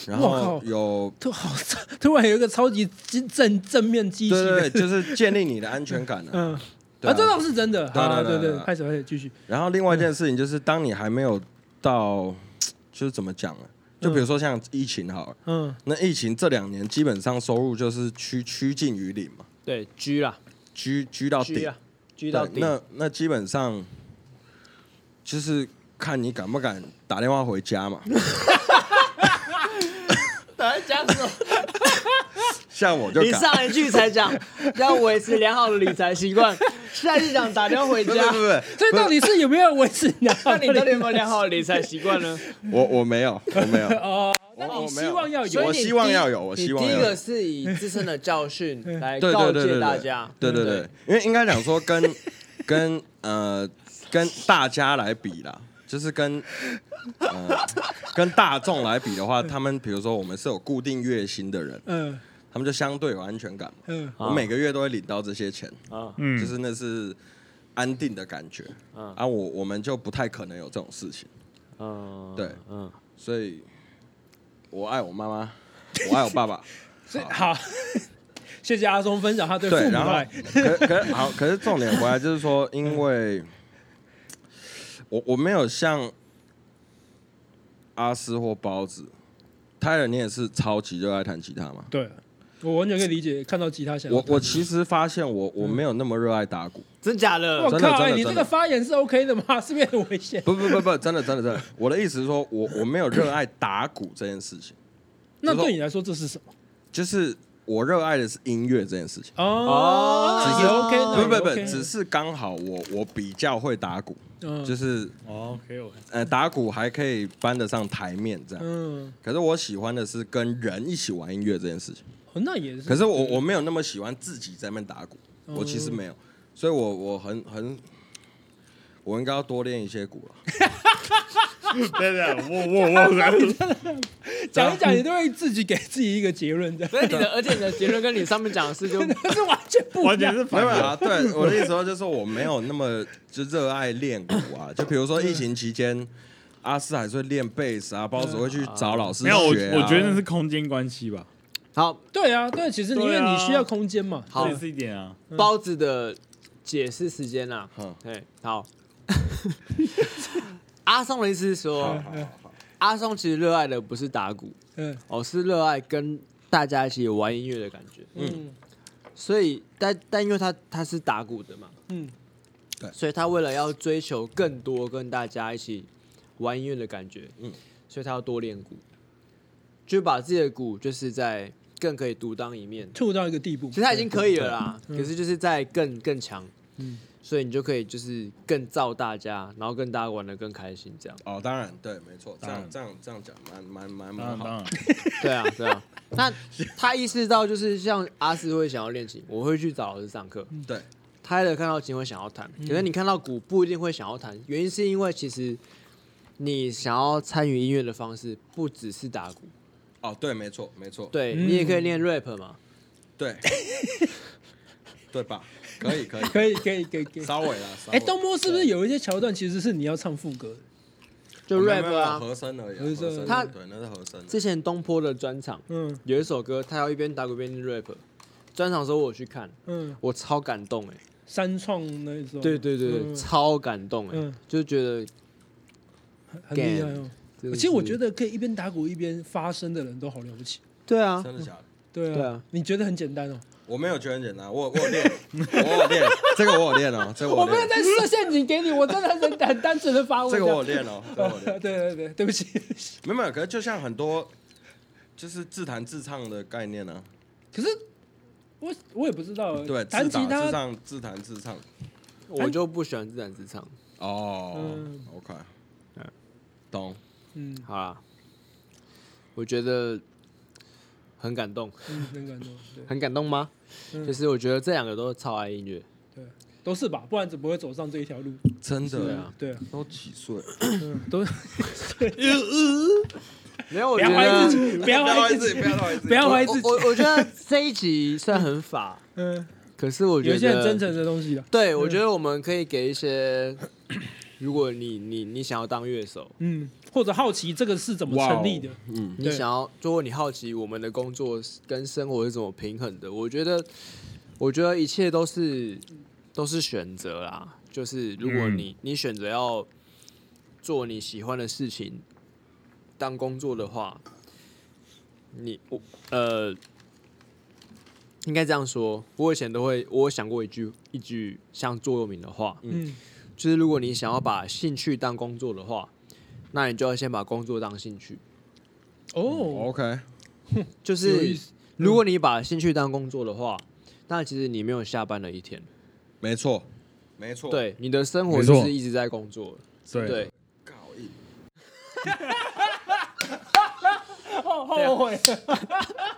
[SPEAKER 1] 然后
[SPEAKER 2] 靠
[SPEAKER 1] 有
[SPEAKER 2] 突好，突然有一个超级正正正面积极
[SPEAKER 1] 对对
[SPEAKER 2] 的，
[SPEAKER 1] 对，就是建立你的安全感、啊。
[SPEAKER 2] 嗯，
[SPEAKER 1] 对
[SPEAKER 2] 啊，
[SPEAKER 1] 啊
[SPEAKER 2] 这倒是真的，
[SPEAKER 1] 对
[SPEAKER 2] 啊，
[SPEAKER 1] 对对
[SPEAKER 2] 对
[SPEAKER 1] 对
[SPEAKER 2] 对，
[SPEAKER 1] 对
[SPEAKER 2] 开始开始继续，
[SPEAKER 1] 然后另外一件事情就是，当你还没有到，就是怎么讲呢、就比如说像疫情好了，
[SPEAKER 2] 嗯
[SPEAKER 1] 那疫情这两年基本上收入就是趋趋近于零嘛，
[SPEAKER 4] 对，G 啦
[SPEAKER 1] 居居到
[SPEAKER 4] ，G
[SPEAKER 1] 顶
[SPEAKER 4] 啦。，G 啊到
[SPEAKER 1] 对
[SPEAKER 4] 顶。
[SPEAKER 1] 那那基本上就是看你敢不敢打电话回家嘛。
[SPEAKER 4] 等讲什么？
[SPEAKER 1] 像我就
[SPEAKER 4] 你
[SPEAKER 1] 敢，
[SPEAKER 4] 上一句 才讲要维持良好的理财习惯，现在就讲打电话回
[SPEAKER 1] 不
[SPEAKER 4] 家
[SPEAKER 1] 是。不是，
[SPEAKER 2] 所以到底是有没有维持你的？
[SPEAKER 4] 那你到底有没有良好的理财习惯呢？
[SPEAKER 1] 我我没有，我没有。
[SPEAKER 2] 哦，
[SPEAKER 1] 我
[SPEAKER 2] 那你
[SPEAKER 1] 我没
[SPEAKER 2] 希望要
[SPEAKER 4] 所以
[SPEAKER 2] 有
[SPEAKER 1] 我
[SPEAKER 4] 你第
[SPEAKER 1] 希望要 有我希望
[SPEAKER 4] 你
[SPEAKER 1] 要有
[SPEAKER 4] 第一个是以自身的教训 来
[SPEAKER 1] 对对
[SPEAKER 4] 告
[SPEAKER 1] 对
[SPEAKER 4] 诫
[SPEAKER 1] 对
[SPEAKER 4] 大家。
[SPEAKER 1] 对对对，因为应该讲说跟跟呃跟大家来比啦，就是跟呃跟大众来比的话，他们比如说我们是有固定月薪的人，
[SPEAKER 2] 嗯
[SPEAKER 1] 他们就相对有安全感嘛。
[SPEAKER 2] 嗯
[SPEAKER 1] 我每个月都会领到这些钱，
[SPEAKER 4] 啊，
[SPEAKER 3] 嗯，
[SPEAKER 1] 就是那是安定的感觉。
[SPEAKER 4] 嗯
[SPEAKER 1] 啊，我我们就不太可能有这种事情，
[SPEAKER 4] 嗯，
[SPEAKER 1] 对
[SPEAKER 4] 嗯，
[SPEAKER 1] 所以我爱我妈 妈，我爱我爸爸。
[SPEAKER 2] 所以好， 谢谢阿松分享他对父
[SPEAKER 1] 对，
[SPEAKER 2] 母
[SPEAKER 1] 然
[SPEAKER 2] 的
[SPEAKER 1] 后
[SPEAKER 2] 爱。
[SPEAKER 1] 可可是好，可是重点回来就是说，因为我我没有像阿斯或包子，泰勒，你也是超级热爱弹吉他嘛？
[SPEAKER 2] 对，我完全可以理解，看到吉他想要
[SPEAKER 1] 我我其实发现我我没有那么热爱打鼓，
[SPEAKER 4] 真假的
[SPEAKER 2] 我？
[SPEAKER 1] 真的
[SPEAKER 2] 靠，
[SPEAKER 1] 真
[SPEAKER 2] 哎，
[SPEAKER 1] 的
[SPEAKER 2] 你
[SPEAKER 1] 真
[SPEAKER 2] 这
[SPEAKER 1] 的
[SPEAKER 2] 个发言是 OK 的吗？ 是不是很危险？
[SPEAKER 1] 不不不不，真的真的真的，我的意思是说我我没有热爱打鼓这件事情，就
[SPEAKER 2] 那
[SPEAKER 1] 是说
[SPEAKER 2] 对你来说这是什么？
[SPEAKER 1] 就是我热爱的是音乐这件事情。
[SPEAKER 2] 哦，那
[SPEAKER 1] 只
[SPEAKER 2] 也
[SPEAKER 1] 是
[SPEAKER 2] OK，那
[SPEAKER 1] 不
[SPEAKER 2] 也
[SPEAKER 1] 不不，
[SPEAKER 2] OK
[SPEAKER 1] 只是刚好我我比较会打鼓，
[SPEAKER 2] 嗯
[SPEAKER 1] 就是
[SPEAKER 3] 哦，OK OK，
[SPEAKER 1] 呃打鼓还可以搬得上台面这样。
[SPEAKER 2] 嗯，
[SPEAKER 1] 可是我喜欢的是跟人一起玩音乐这件事情。
[SPEAKER 2] 哦那也是。
[SPEAKER 1] 可是我我没有那么喜欢自己在那边打鼓，
[SPEAKER 2] 嗯
[SPEAKER 1] 我其实没有，所以我我很很，我应该要多练一些鼓了。
[SPEAKER 3] 对对，我我我，
[SPEAKER 2] 讲一讲，你都会自己给自己一个结论，这样，
[SPEAKER 4] 所以你的，而且你的结论跟你上面讲的是就
[SPEAKER 2] 但是完全不
[SPEAKER 3] 完
[SPEAKER 2] 一
[SPEAKER 3] 全
[SPEAKER 2] 样。
[SPEAKER 3] 是
[SPEAKER 1] 没
[SPEAKER 3] 反
[SPEAKER 1] 有
[SPEAKER 3] 的。
[SPEAKER 1] 啊，对我的意思说就是我没有那么 就热爱练鼓啊，就比如说疫情期间，阿斯还是会练贝斯啊，包子会去找老师
[SPEAKER 3] 没有，我
[SPEAKER 1] 学、啊。
[SPEAKER 3] 我觉得那是空间关系吧，
[SPEAKER 4] 好。
[SPEAKER 2] 对啊，对，其实因为
[SPEAKER 3] 对啊
[SPEAKER 2] 你需要空间嘛。
[SPEAKER 4] 好
[SPEAKER 3] 这也是一点啊。
[SPEAKER 4] 包子的解释时间啦、
[SPEAKER 1] 嗯
[SPEAKER 4] 对，好。 阿松的意思是说，阿松其实热爱的不是打鼓，
[SPEAKER 2] 嗯
[SPEAKER 4] 哦，是热爱跟大家一起玩音乐的感觉。
[SPEAKER 2] 嗯
[SPEAKER 4] 所以，但但因为他他是打鼓的嘛，
[SPEAKER 2] 嗯，
[SPEAKER 4] 所以他为了要追求更多跟大家一起玩音乐的感觉，
[SPEAKER 1] 嗯。
[SPEAKER 4] 嗯，所以他要多练鼓，就把自己的鼓就是在更可以独当一面。
[SPEAKER 2] 吐到一个地步。
[SPEAKER 4] 其实他已经可以了啦，可是就是在更更强，
[SPEAKER 2] 嗯
[SPEAKER 4] 所以你就可以就是更造大家，然后跟大家玩的更开心，这样
[SPEAKER 1] 哦，当然对，没错，这
[SPEAKER 3] 当
[SPEAKER 1] 样
[SPEAKER 3] 然
[SPEAKER 1] 这样这样讲，蛮蛮蛮
[SPEAKER 3] 当
[SPEAKER 1] 蛮
[SPEAKER 3] 然当
[SPEAKER 1] 好。
[SPEAKER 3] 然，
[SPEAKER 4] 对啊，对啊。 那他意识到就是像阿斯会想要练琴，我会去找老师上课。
[SPEAKER 1] 对，
[SPEAKER 4] 泰勒看到琴会想要弹，可是你看到鼓不一定会想要弹，原因是因为其实你想要参与音乐的方式不只是打鼓，
[SPEAKER 1] 哦，对，没错，没错，
[SPEAKER 4] 对
[SPEAKER 2] 嗯
[SPEAKER 4] 你也可以练 rap 嘛。
[SPEAKER 1] 对， 对吧？可以，可以，
[SPEAKER 2] 可以可以可以可以。
[SPEAKER 1] 稍微啦。稍微
[SPEAKER 2] 哎，东坡是不是有一些桥段其实是你要唱副歌的？
[SPEAKER 4] 就
[SPEAKER 1] 哦没有
[SPEAKER 4] rap
[SPEAKER 1] 没有
[SPEAKER 4] 啊。
[SPEAKER 1] 和声而已啊，
[SPEAKER 2] 和声
[SPEAKER 1] 和声
[SPEAKER 4] 他
[SPEAKER 1] 对，那是和声。
[SPEAKER 4] 之前东坡的专场
[SPEAKER 2] 嗯
[SPEAKER 4] 有一首歌，他要一边打鼓一边练 rap。专场的时候我有去看，
[SPEAKER 2] 嗯，
[SPEAKER 4] 我超感动哎、
[SPEAKER 2] 三创那一种。
[SPEAKER 4] 对对对对，
[SPEAKER 2] 嗯
[SPEAKER 4] 超感动哎、
[SPEAKER 2] 嗯
[SPEAKER 4] 就觉得
[SPEAKER 2] 很很厉害哦。
[SPEAKER 4] 真的
[SPEAKER 2] 其实我
[SPEAKER 4] 是
[SPEAKER 2] 觉得可以一边打鼓一边发声的人都好了不起。
[SPEAKER 4] 对啊，
[SPEAKER 1] 真的假的？
[SPEAKER 2] 对啊，
[SPEAKER 4] 对啊
[SPEAKER 2] 你觉得很简单哦？
[SPEAKER 1] 我没有觉得很简单，我我有练，我有练，这个我有练哦，这个
[SPEAKER 2] 我
[SPEAKER 1] 我
[SPEAKER 2] 没有
[SPEAKER 1] 练，
[SPEAKER 2] 在设陷阱给你，我真的很很单纯的发问。
[SPEAKER 1] 这个我有练哦，这个我有
[SPEAKER 2] 对
[SPEAKER 1] 练。
[SPEAKER 2] 对对，对不起，
[SPEAKER 1] 没有没有，可是就像很多就是自弹自唱的概念呢，
[SPEAKER 2] 可是我我也不知道，
[SPEAKER 1] 对，
[SPEAKER 2] 弹
[SPEAKER 1] 自
[SPEAKER 2] 吉
[SPEAKER 1] 打自
[SPEAKER 2] 他，
[SPEAKER 1] 唱，自弹自唱。
[SPEAKER 4] 我就不喜欢自弹自唱。
[SPEAKER 1] 哦
[SPEAKER 2] 嗯
[SPEAKER 1] ，OK，
[SPEAKER 4] 嗯
[SPEAKER 1] 懂。
[SPEAKER 2] 嗯
[SPEAKER 4] 好啦，我觉得很感动，
[SPEAKER 2] 嗯，很感动，对
[SPEAKER 4] 很感动吗？
[SPEAKER 2] 嗯
[SPEAKER 4] 就是我觉得这两个都超爱音乐。
[SPEAKER 2] 对，嗯都是吧，不然怎么会走上这一条路？
[SPEAKER 1] 真
[SPEAKER 4] 对
[SPEAKER 1] 的
[SPEAKER 4] 啊，
[SPEAKER 2] 对啊，
[SPEAKER 1] 都几岁？
[SPEAKER 2] 嗯，都
[SPEAKER 4] 没有，我
[SPEAKER 2] 不
[SPEAKER 4] 觉
[SPEAKER 2] 要怀疑
[SPEAKER 4] 得
[SPEAKER 2] 自己，不要
[SPEAKER 1] 不要
[SPEAKER 2] 怀
[SPEAKER 1] 怀
[SPEAKER 2] 疑
[SPEAKER 1] 疑
[SPEAKER 2] 自
[SPEAKER 1] 自
[SPEAKER 2] 己
[SPEAKER 1] 己，，不要怀疑自己。
[SPEAKER 2] 不要怀疑
[SPEAKER 4] 我
[SPEAKER 2] 自己，
[SPEAKER 4] 我我觉得这一集虽然很法，
[SPEAKER 2] 嗯，
[SPEAKER 4] 可是我觉
[SPEAKER 2] 有
[SPEAKER 4] 得
[SPEAKER 2] 一些很真诚嗯的东西了，
[SPEAKER 4] 对，我觉得我们可以给一些，如果你你你想要当乐手，
[SPEAKER 2] 嗯，或者好奇这个是怎么成立的
[SPEAKER 1] 哇哦，嗯，
[SPEAKER 4] 你
[SPEAKER 2] 对
[SPEAKER 4] 想要，如果你好奇我们的工作是跟生活是怎么平衡的，我觉得，我觉得一切都是都是选择啦。就是如果你、你选择要做你喜欢的事情当工作的话，你我呃，应该这样说。我以前都会，我有想过一句一句像座右铭的话，
[SPEAKER 2] 嗯
[SPEAKER 4] 就是如果你想要把兴趣当工作的话，那你就要先把工作当兴趣。
[SPEAKER 2] 哦，
[SPEAKER 1] OK，
[SPEAKER 4] 就
[SPEAKER 2] 有意
[SPEAKER 4] 是
[SPEAKER 2] 思
[SPEAKER 4] 如果你把兴趣当工作的话，那其实你没有下班的一天，
[SPEAKER 1] 没错，没错。，
[SPEAKER 4] 对，你的生活
[SPEAKER 3] 没错
[SPEAKER 4] 就是一直在工作，
[SPEAKER 3] 对
[SPEAKER 4] 对，
[SPEAKER 1] 搞硬。
[SPEAKER 2] 后悔了，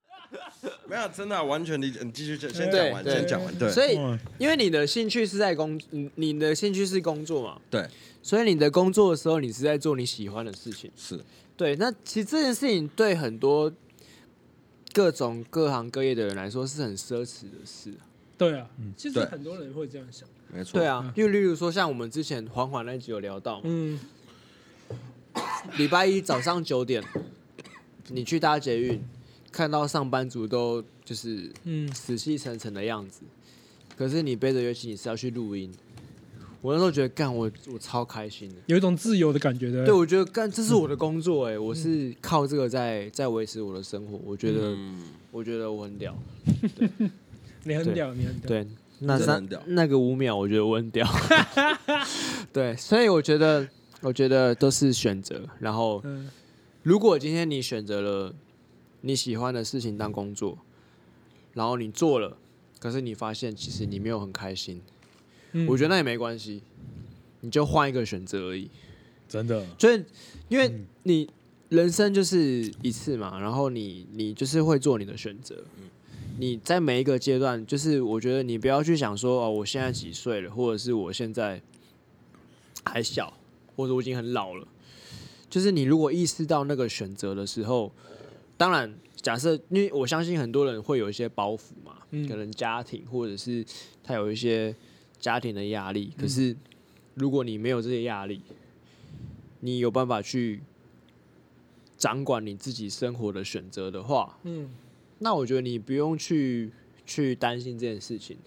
[SPEAKER 1] 没有，真的啊完全理解。你继续先先
[SPEAKER 2] 对
[SPEAKER 1] 讲完，
[SPEAKER 4] 对
[SPEAKER 1] 先讲完。对，
[SPEAKER 4] 所以
[SPEAKER 3] 哇
[SPEAKER 4] 因为你的兴趣是在工，你你的兴趣是工作嘛，
[SPEAKER 1] 对，
[SPEAKER 4] 所以你的工作的时候，你是在做你喜欢的事情。
[SPEAKER 1] 是
[SPEAKER 4] 对，那其实这件事情对很多各种各行各业的人来说是很奢侈的事。
[SPEAKER 2] 对啊，其实
[SPEAKER 1] 对
[SPEAKER 2] 很多人会这样想。
[SPEAKER 1] 没错。
[SPEAKER 4] 对，啊，就例如说像我们之前缓缓那集有聊到嘛，
[SPEAKER 2] 嗯，
[SPEAKER 4] 礼拜一早上九点，你去搭捷运，看到上班族都就是
[SPEAKER 2] 嗯
[SPEAKER 4] 死气沉沉的样子，可是你背着乐器你是要去录音。我那时候觉得干我我超开心的，
[SPEAKER 2] 有一种自由的感觉的。
[SPEAKER 4] 对我觉得干这是我的工作哎、我是靠这个在在维持我的生活，我觉得、
[SPEAKER 1] 嗯，
[SPEAKER 4] 我觉得我很屌。
[SPEAKER 2] 你很
[SPEAKER 4] 对
[SPEAKER 2] 屌，你很屌。
[SPEAKER 4] 对，那
[SPEAKER 1] 真的
[SPEAKER 4] 三
[SPEAKER 1] 很屌
[SPEAKER 4] 那个五秒，我觉得我很屌。 对，所以我觉得，我觉得都是选择。然后，
[SPEAKER 2] 嗯，
[SPEAKER 4] 如果今天你选择了你喜欢的事情当工作，然后你做了，可是你发现其实你没有很开心，
[SPEAKER 2] 嗯
[SPEAKER 4] 我觉得那也没关系，你就换一个选择而已。
[SPEAKER 3] 真的，
[SPEAKER 4] 所以，因为你人生就是一次嘛，然后你你就是会做你的选择。你在每一个阶段，就是我觉得你不要去想说哦，我现在几岁了，或者是我现在还小，或者我已经很老了。就是你如果意识到那个选择的时候，当然，假设因为我相信很多人会有一些包袱嘛，
[SPEAKER 2] 嗯
[SPEAKER 4] 可能家庭或者是他有一些家庭的压力。可是如果你没有这些压力，你有办法去掌管你自己生活的选择的话，
[SPEAKER 2] 嗯
[SPEAKER 4] 那我觉得你不用去去担心这件事情。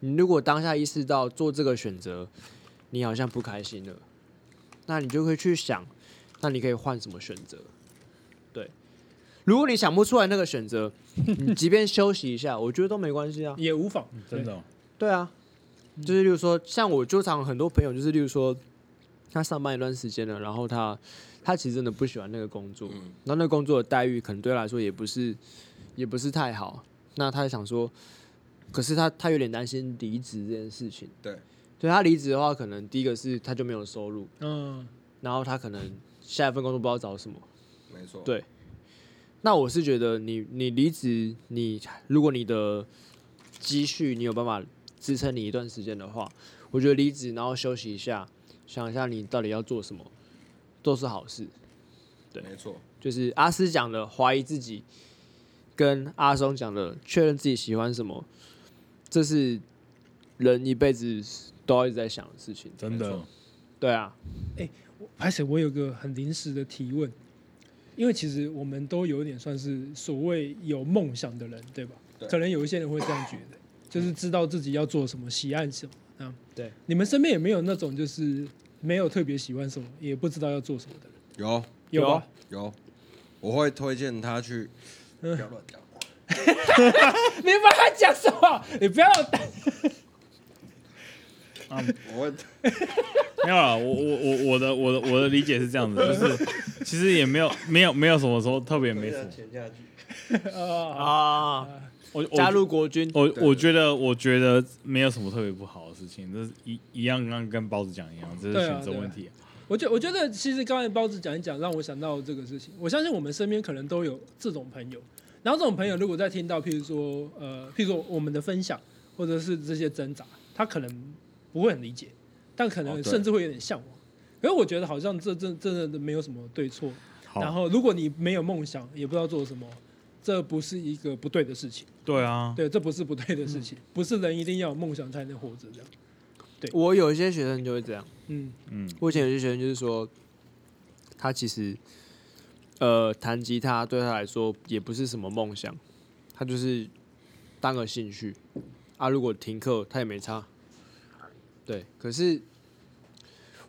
[SPEAKER 4] 你如果当下意识到做这个选择，你好像不开心了，那你就会去想，那你可以换什么选择？对，如果你想不出来那个选择，你即便休息一下，我觉得都没关系啊。
[SPEAKER 2] 也无妨。
[SPEAKER 3] 真的，
[SPEAKER 4] 对啊，
[SPEAKER 1] 嗯
[SPEAKER 4] 就是例如说，像我就常很多朋友，就是例如说，他上班一段时间了，然后他他其实真的不喜欢那个工作，
[SPEAKER 1] 嗯
[SPEAKER 4] 然后那个工作的待遇可能对他来说也不是也不是太好，那他就想说，可是他他有点担心离职这件事情，
[SPEAKER 1] 对，
[SPEAKER 4] 对他离职的话，可能第一个是他就没有收入，
[SPEAKER 2] 对。嗯，
[SPEAKER 4] 然后他可能下一份工作不知道找什么，
[SPEAKER 1] 没错。
[SPEAKER 4] 对那我是觉得你你离职，你如果你的积蓄你有办法支撑你一段时间的话，我觉得离职然后休息一下，想一下你到底要做什么，都是好事。对
[SPEAKER 1] 没错。
[SPEAKER 4] 就是阿斯讲的怀疑自己，跟阿松讲的确认自己喜欢什么，这是人一辈子都要一直在想的事情。
[SPEAKER 3] 真
[SPEAKER 1] 没
[SPEAKER 3] 的
[SPEAKER 1] 错，
[SPEAKER 4] 对啊，
[SPEAKER 2] 而且我有个很临时的提问，因为其实我们都有点算是所谓有梦想的人，对吧？
[SPEAKER 1] 对
[SPEAKER 2] 可能有一些人会这样觉得，就是知道自己要做什么，喜爱什么。嗯，
[SPEAKER 4] 对。
[SPEAKER 2] 你们身边有没有那种就是没有特别喜欢什么，也不知道要做什么的人？
[SPEAKER 1] 有
[SPEAKER 2] 有
[SPEAKER 4] 有
[SPEAKER 2] 吧
[SPEAKER 4] 啊？
[SPEAKER 1] 有，我会推荐他去。不
[SPEAKER 2] 嗯
[SPEAKER 1] 要乱讲。
[SPEAKER 2] 你帮他讲什么？你不要
[SPEAKER 1] 我会
[SPEAKER 3] 没有啦，我我我我的我的我的理解是这样子，就是 其实也没有没有没有什么说特
[SPEAKER 2] 哎
[SPEAKER 3] 别没什么，
[SPEAKER 1] 潜下去。
[SPEAKER 2] 啊！
[SPEAKER 4] 啊，
[SPEAKER 3] 我我
[SPEAKER 4] 加入国军，
[SPEAKER 3] 我
[SPEAKER 1] 对
[SPEAKER 3] 我觉得，我觉得没有什么特别不好的事情，这是一一样，刚跟包子讲一样，这
[SPEAKER 2] 对
[SPEAKER 3] 是
[SPEAKER 2] 啊
[SPEAKER 3] 选择
[SPEAKER 2] 对啊
[SPEAKER 3] 问题、
[SPEAKER 2] 我觉我觉得其实刚才包子讲一讲，让我想到这个事情。我相信我们身边可能都有这种朋友，然后这种朋友如果在听到，譬如说呃，譬如说我们的分享或者是这些挣扎，他可能不会很理解，但可
[SPEAKER 1] 哦
[SPEAKER 2] 能
[SPEAKER 1] 对
[SPEAKER 2] 甚至会有点向往。可是我觉得好像这这真的没有什么对错。然
[SPEAKER 3] 好，
[SPEAKER 2] 后如果你没有梦想，也不知道做什么，这不是一个不对的事情。
[SPEAKER 3] 对啊，
[SPEAKER 2] 对，这不是不对的事
[SPEAKER 1] 嗯
[SPEAKER 2] 情，不是人一定要有梦想才能活着这样。
[SPEAKER 4] 我有一些学生就会这样。
[SPEAKER 2] 嗯
[SPEAKER 3] 嗯，
[SPEAKER 4] 我以前有些学生就是说，他其实呃弹吉他对他来说也不是什么梦想，他就是当个兴趣啊。如果停课，他也没差。对，可是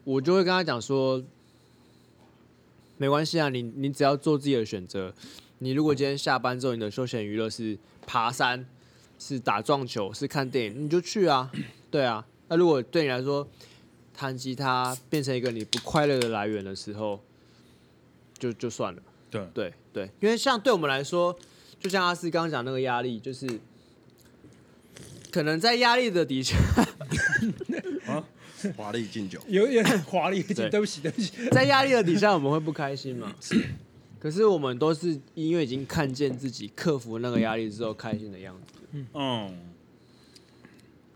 [SPEAKER 4] 我就会跟他讲说，没关系啊，你你只要做自己的选择。你如果今天下班之后，你的休闲娱乐是爬山，是打撞球，是看电影，你就去啊。对啊，那如果对你来说，弹吉他变成一个你不快乐的来源的时候，就就算了。
[SPEAKER 3] 对
[SPEAKER 4] 对对，因为像对我们来说，就像阿斯刚刚讲那个压力，就是可能在压力的底下，
[SPEAKER 1] 华丽敬酒。
[SPEAKER 2] 有点华丽一点，
[SPEAKER 4] 对
[SPEAKER 2] 对不起，对不起。
[SPEAKER 4] 在压力的底下，我们会不开心嘛？可是我们都是因为已经看见自己克服那个压力之后开心的样子。
[SPEAKER 3] 嗯，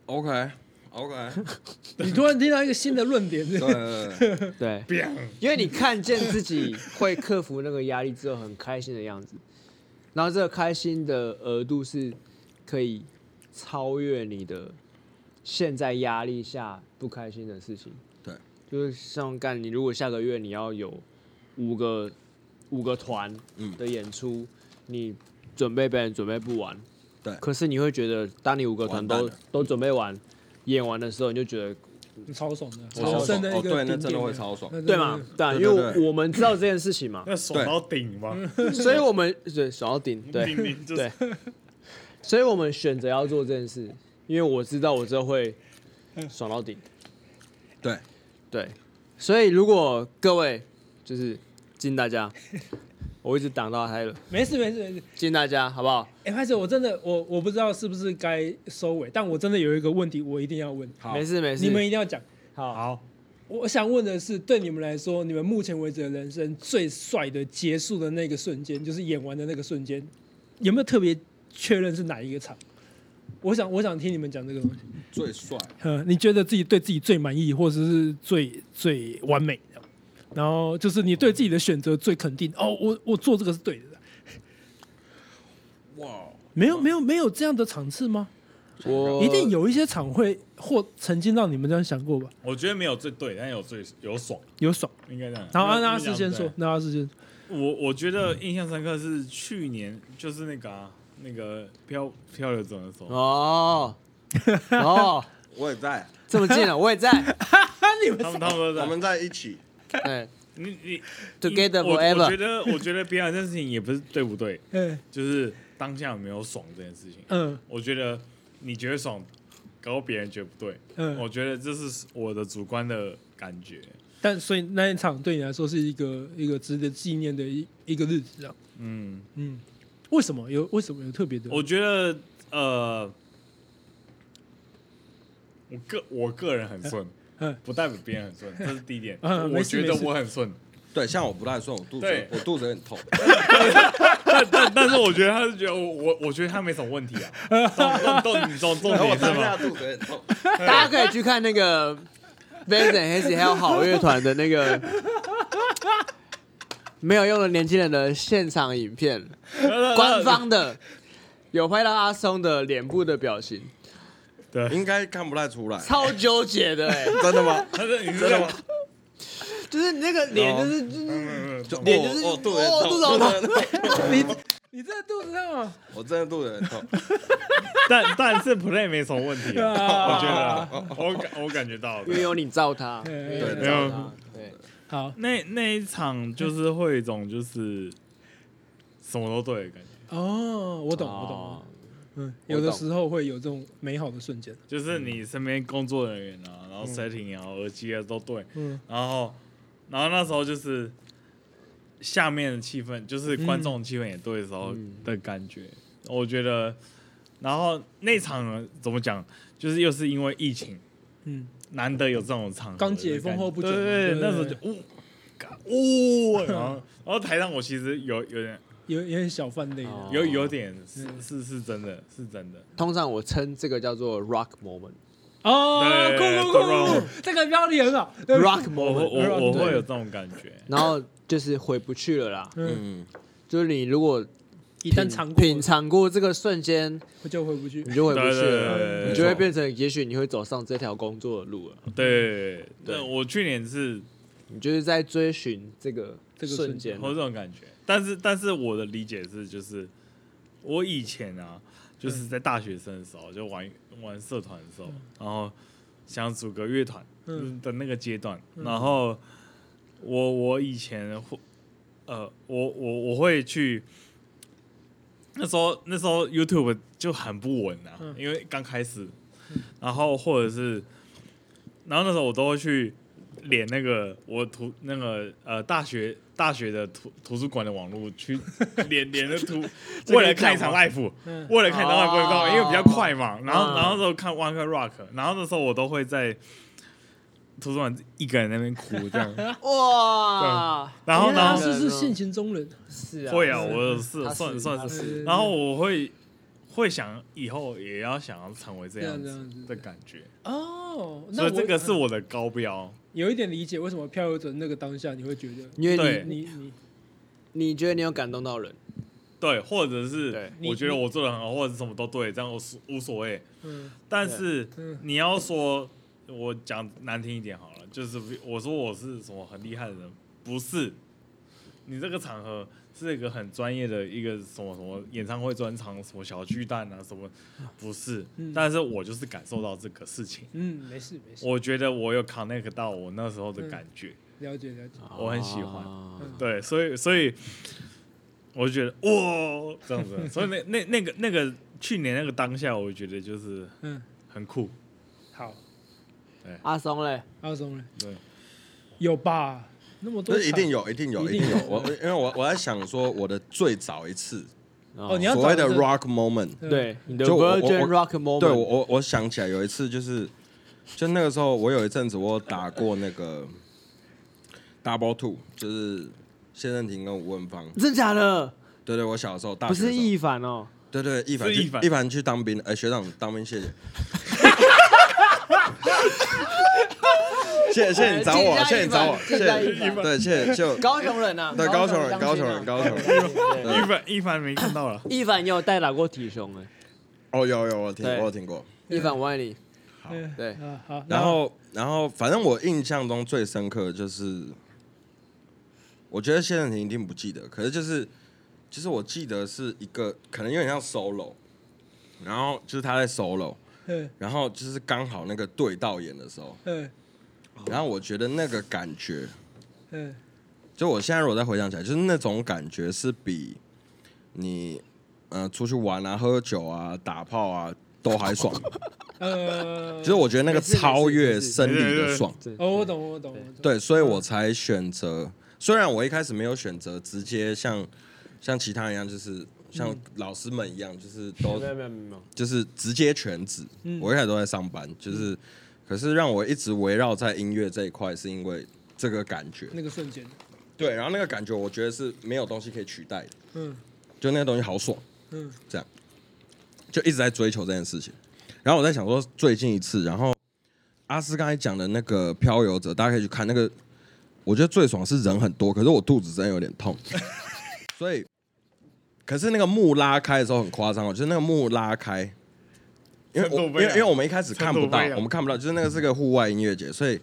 [SPEAKER 1] OK OK，
[SPEAKER 2] 你突然听到一个新的论点，
[SPEAKER 1] 对对对，
[SPEAKER 4] 对，因为你看见自己会克服那个压力之后很开心的样子，然后这个开心的额度是可以超越你的现在压力下不开心的事情。
[SPEAKER 1] 对，
[SPEAKER 4] 就是像干你如果下个月你要有五个五个团
[SPEAKER 1] 嗯
[SPEAKER 4] 的演出，你准备表演准备不完，
[SPEAKER 1] 对
[SPEAKER 4] 可是你会觉得当你五个团
[SPEAKER 1] 完蛋
[SPEAKER 4] 都
[SPEAKER 1] 了嗯
[SPEAKER 4] 都准备完。演完的时候，你就觉得
[SPEAKER 2] 超爽的，
[SPEAKER 1] 我
[SPEAKER 2] 人生的一
[SPEAKER 1] 哦
[SPEAKER 2] 个
[SPEAKER 1] 对，那
[SPEAKER 2] 顶
[SPEAKER 1] 真的
[SPEAKER 2] 点
[SPEAKER 1] 会
[SPEAKER 2] 了
[SPEAKER 1] 超爽。
[SPEAKER 2] 那真的
[SPEAKER 4] 对嘛
[SPEAKER 2] 是？
[SPEAKER 4] 对啊，因
[SPEAKER 1] 对
[SPEAKER 4] 为
[SPEAKER 1] 对对
[SPEAKER 4] 我我们知道这件事情嘛，
[SPEAKER 3] 那爽到顶吧，
[SPEAKER 4] 所以我们对爽到顶， 对
[SPEAKER 3] 明明就是
[SPEAKER 4] 对，所以我们选择要做这件事，因为我知道我之后会爽到顶，
[SPEAKER 2] 嗯
[SPEAKER 1] 对，
[SPEAKER 4] 对，所以如果各位就是敬大家， 我一直挡到他了，
[SPEAKER 2] 没事没事没事。
[SPEAKER 4] 敬大家好不好？
[SPEAKER 2] 哎，拍子，我真的我我不知道是不是该收尾，但我真的有一个问题，我一定要问，
[SPEAKER 1] 好
[SPEAKER 4] 没事没事，
[SPEAKER 2] 你们一定要讲。
[SPEAKER 4] 好，
[SPEAKER 3] 好，
[SPEAKER 2] 我想问的是，对你们来说，你们目前为止的人生最帅的结束的那个瞬间，就是演完的那个瞬间，有没有特别确认是哪一个场？我想，我想听你们讲这个东西。
[SPEAKER 1] 最帅，
[SPEAKER 2] 呃，你觉得自己对自己最满意，或者是最最完美的，然后就是你对自己的选择最肯定。哦，我我做这个是对的。
[SPEAKER 1] 哇，
[SPEAKER 2] 没有没有没有这样的场次吗？
[SPEAKER 3] 呃
[SPEAKER 4] 我
[SPEAKER 2] 一定有一些场会或曾经让你们这样想过吧？
[SPEAKER 3] 我觉得没有最对，但有最有爽，
[SPEAKER 2] 有爽。
[SPEAKER 3] 应该这样。
[SPEAKER 2] 然后
[SPEAKER 3] 因为
[SPEAKER 2] 安纳
[SPEAKER 3] 因为
[SPEAKER 2] 斯
[SPEAKER 3] 两
[SPEAKER 2] 先
[SPEAKER 3] 对
[SPEAKER 2] 说，啊那阿斯先说，
[SPEAKER 3] 我我觉得印象深刻是去年，就是那个啊，那个漂漂流者的时候，
[SPEAKER 4] 哦哦，
[SPEAKER 1] 我也在，
[SPEAKER 4] 这么近了，我也在，
[SPEAKER 3] 他们他们都
[SPEAKER 1] 我
[SPEAKER 3] 在，
[SPEAKER 1] 们在一起，
[SPEAKER 4] 对，
[SPEAKER 3] 你你
[SPEAKER 4] Together
[SPEAKER 3] 我我
[SPEAKER 4] forever
[SPEAKER 3] 觉得我觉得 别人这件事情也不是对不对，
[SPEAKER 2] 嗯
[SPEAKER 3] 就是当下有没有爽这件事情。
[SPEAKER 2] 嗯
[SPEAKER 3] 我觉得你觉得爽，搞到别人觉得不对，我
[SPEAKER 2] 嗯。
[SPEAKER 3] 觉得这是我的主观的感觉。
[SPEAKER 2] 但所以那一场对你来说是一个一个值得纪念的一一个日子啊。
[SPEAKER 3] 嗯，
[SPEAKER 2] 嗯，为什么有为什么有特别的？
[SPEAKER 3] 我觉得呃，我个我个人很顺
[SPEAKER 2] 嗯，
[SPEAKER 3] 不代表别人很顺， 这是第一点。
[SPEAKER 2] 嗯
[SPEAKER 3] 我
[SPEAKER 2] 没事
[SPEAKER 3] 觉得
[SPEAKER 2] 没事
[SPEAKER 3] 我很顺。
[SPEAKER 1] 对，像我不太顺，我肚子
[SPEAKER 3] 对
[SPEAKER 1] 我肚子有点痛，
[SPEAKER 3] 但但是我觉得他是觉得我我我觉得他没什么问题啊，重重重重重
[SPEAKER 1] 然后我
[SPEAKER 3] 点是
[SPEAKER 1] 当下
[SPEAKER 3] 吗？
[SPEAKER 1] 肚子有点痛，
[SPEAKER 4] 大家可以去看那个 Vincent Hesse 还有好乐团的那个没有用的年轻人的现场影 片，官方的有拍到阿松的脸部的表情，
[SPEAKER 3] 对，
[SPEAKER 1] 应该看不太出来，
[SPEAKER 4] 超纠结的哎、
[SPEAKER 1] 真的吗？
[SPEAKER 3] 他是你知道吗？
[SPEAKER 4] 就是那个脸就是就是
[SPEAKER 3] 嗯
[SPEAKER 1] 就
[SPEAKER 4] 脸就是
[SPEAKER 1] 哦，哦肚子有
[SPEAKER 4] 哦肚子好痛
[SPEAKER 1] 点痛，
[SPEAKER 2] 你你这肚子上啊，
[SPEAKER 1] 我真的肚子有点痛，
[SPEAKER 3] 但但是 play 没什么问题啊，我觉得
[SPEAKER 2] 啊
[SPEAKER 3] 啊我感我感觉到了
[SPEAKER 4] 因为有你照他，
[SPEAKER 2] 对
[SPEAKER 4] 因为有你
[SPEAKER 1] 对
[SPEAKER 4] 照他，对，
[SPEAKER 2] 好
[SPEAKER 3] 那那一场就是会有一种就是什么都对的感觉，
[SPEAKER 2] 哦，我
[SPEAKER 4] 我
[SPEAKER 2] 懂我懂我懂，嗯，有的时候会有这种美好的瞬间，
[SPEAKER 3] 就是你身边工作人员啊，然后 setting 啊、耳机啊都对，
[SPEAKER 2] 嗯
[SPEAKER 3] 然后然后那时候就是下面的气氛，就是观众气氛也对的时候
[SPEAKER 2] 嗯
[SPEAKER 3] 的感觉，我觉得，然后那场怎么讲，就是又是因为疫情，
[SPEAKER 2] 嗯，
[SPEAKER 3] 难得有这种场合，
[SPEAKER 2] 刚解封后不久嘛
[SPEAKER 3] 对对
[SPEAKER 2] 对
[SPEAKER 3] 对，那时候就呜。嘎呜，然后然后台上我其实有有点
[SPEAKER 2] 有有点小犯累的，
[SPEAKER 4] 哦
[SPEAKER 3] 有有点是是是真的是真的，
[SPEAKER 4] 通常我称这个叫做 rock moment，rock
[SPEAKER 2] 哦，酷
[SPEAKER 3] 对
[SPEAKER 2] 酷
[SPEAKER 3] 对
[SPEAKER 2] 酷酷酷，这个标题很好。
[SPEAKER 4] 嗯
[SPEAKER 2] 对
[SPEAKER 3] 我我
[SPEAKER 4] moment，
[SPEAKER 3] 我我会有这种感觉，
[SPEAKER 4] 然后就是回不去了啦，
[SPEAKER 2] 嗯，
[SPEAKER 1] 嗯，
[SPEAKER 4] 就是你如果
[SPEAKER 2] 一
[SPEAKER 4] 品
[SPEAKER 2] 旦尝过
[SPEAKER 4] 品尝过这个瞬间，
[SPEAKER 2] 我就回不去
[SPEAKER 4] 你。就回不去
[SPEAKER 3] 对对对
[SPEAKER 4] 了，
[SPEAKER 3] 对
[SPEAKER 4] 啊你就会变成，也许你会走上这条工作的路了。
[SPEAKER 3] 对对，
[SPEAKER 4] 对
[SPEAKER 3] 那我去年是
[SPEAKER 4] 你就是在追寻这个
[SPEAKER 2] 这个
[SPEAKER 4] 瞬间
[SPEAKER 3] 有，这种感觉，但是但是我的理解是，就是我以前啊，就是在大学生的时候，就玩玩社团的时
[SPEAKER 4] 嗯
[SPEAKER 3] 候，然后想组个乐团
[SPEAKER 2] 嗯
[SPEAKER 3] 的那个阶段，
[SPEAKER 2] 嗯
[SPEAKER 3] 然后我我以前会呃，我我我会去。那时候那时候 YouTube 就很不稳啊，
[SPEAKER 2] 嗯
[SPEAKER 3] 因为刚开始，然后或者是，然后那时候我都会去连那个我图那个呃大学大学的图图书馆的网络 去连连着图，
[SPEAKER 4] 这个
[SPEAKER 3] 为了看一场 live，
[SPEAKER 2] 嗯
[SPEAKER 3] 为了看一场 live
[SPEAKER 4] 哦
[SPEAKER 3] 你知道吗因为比较快嘛。然后
[SPEAKER 4] 嗯
[SPEAKER 3] 然后那时候看 One Ok Rock，然后那时候我都会在图书馆一个人在那边哭 这样。
[SPEAKER 4] 哇，
[SPEAKER 3] 然后
[SPEAKER 2] 原来
[SPEAKER 3] 呢
[SPEAKER 2] 哎他？是不是性情中人？
[SPEAKER 4] 是啊，
[SPEAKER 3] 会啊，
[SPEAKER 4] 是
[SPEAKER 3] 我有是
[SPEAKER 4] 他
[SPEAKER 3] 算
[SPEAKER 4] 是
[SPEAKER 3] 算
[SPEAKER 4] 他
[SPEAKER 3] 是，
[SPEAKER 2] 是
[SPEAKER 3] 然后我会会想以后也要想要成为这样
[SPEAKER 2] 这样
[SPEAKER 3] 子
[SPEAKER 2] 子
[SPEAKER 3] 的感觉，
[SPEAKER 2] 哦，那
[SPEAKER 3] 所
[SPEAKER 2] 我
[SPEAKER 3] 以这个是我的高标。
[SPEAKER 2] 有一点理解，为什么漂游者那个当下你会觉得
[SPEAKER 4] 因为
[SPEAKER 3] 对
[SPEAKER 4] 你
[SPEAKER 2] 你你
[SPEAKER 4] 你觉得你有感动到人，
[SPEAKER 3] 对，或者
[SPEAKER 4] 对
[SPEAKER 3] 是
[SPEAKER 2] 你
[SPEAKER 3] 我觉得我做的很好，或者什么都对，这样我是无所谓。
[SPEAKER 2] 嗯
[SPEAKER 3] 但是
[SPEAKER 2] 嗯
[SPEAKER 3] 你要说，我讲难听一点好了，就是我说我是什么很厉害的人，不是。你这个场合是一个很专业的一个什么什么演唱会专场，什么小巨蛋啊，什么不是
[SPEAKER 2] 嗯？
[SPEAKER 3] 但是我就是感受到这个事情，
[SPEAKER 2] 嗯，没事没事，
[SPEAKER 3] 我觉得我有 connect 到我那时候的感觉，
[SPEAKER 2] 了解了解。
[SPEAKER 3] 我很喜欢
[SPEAKER 4] 嗯啊
[SPEAKER 2] 嗯
[SPEAKER 3] 对，所以所以我就觉得哇这样子，所以那那那个那个去年那个当下，我觉得就是
[SPEAKER 2] 嗯，
[SPEAKER 3] 很酷，
[SPEAKER 2] 好，
[SPEAKER 4] 阿松嘞，
[SPEAKER 2] 阿松呢？
[SPEAKER 3] 对，
[SPEAKER 2] 有吧？那么多
[SPEAKER 1] 那
[SPEAKER 2] 场
[SPEAKER 1] 一定有，一定有，
[SPEAKER 2] 一
[SPEAKER 1] 一
[SPEAKER 2] 定
[SPEAKER 1] 定
[SPEAKER 2] 有
[SPEAKER 1] 有。我因为我我在想说，我的最早一次
[SPEAKER 2] 哦，你要
[SPEAKER 1] 所谓
[SPEAKER 2] 找
[SPEAKER 1] 的
[SPEAKER 2] 一个
[SPEAKER 1] rock moment，
[SPEAKER 2] 嗯
[SPEAKER 4] 对你的
[SPEAKER 1] 就我我
[SPEAKER 4] Virgin
[SPEAKER 1] 我
[SPEAKER 4] Rock Moment，
[SPEAKER 1] 对我我我想起来有一次就是，就那个时候我有一阵子我有打过那个 double two，就是谢振廷跟吴文芳。
[SPEAKER 4] 真假的
[SPEAKER 1] 对对，我小时候大
[SPEAKER 4] 不
[SPEAKER 1] 学的
[SPEAKER 4] 是
[SPEAKER 1] 时候
[SPEAKER 4] 易凡哦，
[SPEAKER 1] 对对，一凡
[SPEAKER 3] 是
[SPEAKER 1] 去
[SPEAKER 3] 一凡
[SPEAKER 1] 一凡去当兵，哎，学长当兵谢谢。谢谢谢谢你找我，谢谢你找我，谢
[SPEAKER 4] 敬加一凡敬加一
[SPEAKER 1] 谢
[SPEAKER 4] 凡
[SPEAKER 1] 对谢谢就
[SPEAKER 4] 高雄人啊，
[SPEAKER 1] 对高雄人高雄人高雄人。
[SPEAKER 4] 人。
[SPEAKER 3] 一凡一凡没看到了，
[SPEAKER 4] 一凡也有代打过体雄哎，
[SPEAKER 1] 哦有有我听
[SPEAKER 4] 对
[SPEAKER 1] 我有听过，
[SPEAKER 4] 一凡我爱你，
[SPEAKER 1] 好
[SPEAKER 2] 嗯
[SPEAKER 4] 对
[SPEAKER 2] 啊好，
[SPEAKER 1] 然后然后反正我印象中最深刻的就是，我觉得谢振廷一定不记得，可是就是就是我记得是一个可能有点像 solo，然后就是他在 solo，
[SPEAKER 2] 嗯
[SPEAKER 1] 然后就是刚好那个对到眼的时候。
[SPEAKER 2] 嗯
[SPEAKER 1] 然后我觉得那个感觉，
[SPEAKER 2] 嗯
[SPEAKER 1] 就我现在如果再回想起来，就是那种感觉是比你呃出去玩啊、喝酒啊、打炮啊都还爽。
[SPEAKER 2] 呃，
[SPEAKER 1] 就是我觉得那个超越生理的爽，
[SPEAKER 2] 哦，我懂我懂我懂，
[SPEAKER 1] 对，所以
[SPEAKER 2] 嗯
[SPEAKER 1] 我才选择。虽然我一开始没有选择直接像像其他人一样，就是像
[SPEAKER 2] 嗯
[SPEAKER 1] 老师们一样，就是都
[SPEAKER 4] 没有没有没有，
[SPEAKER 1] 就是直接全职
[SPEAKER 2] 嗯。
[SPEAKER 1] 我一开始都在上班，就是可是让我一直围绕在音乐这一块，是因为这个感觉。
[SPEAKER 2] 那个瞬间，
[SPEAKER 1] 对，然后那个感觉，我觉得是没有东西可以取代的，
[SPEAKER 2] 嗯
[SPEAKER 1] 就那个东西好爽，
[SPEAKER 2] 嗯
[SPEAKER 1] 就一直在追求这件事情。然后我在想说，最近一次，然后阿斯刚才讲的那个漂游者，大家可以去看那个，我觉得最爽是人很多，可是我肚子真的有点痛，所以，可是那个幕拉开的时候很夸张哦，就是那个幕拉开。因为我
[SPEAKER 3] 程
[SPEAKER 1] 因
[SPEAKER 3] 度
[SPEAKER 1] 为
[SPEAKER 3] 不一
[SPEAKER 1] 因
[SPEAKER 3] 样
[SPEAKER 1] 为我们一开始看不
[SPEAKER 3] 程度
[SPEAKER 1] 到
[SPEAKER 3] 不一，样
[SPEAKER 1] 我们看不到，就是那个是个户外音乐节，所以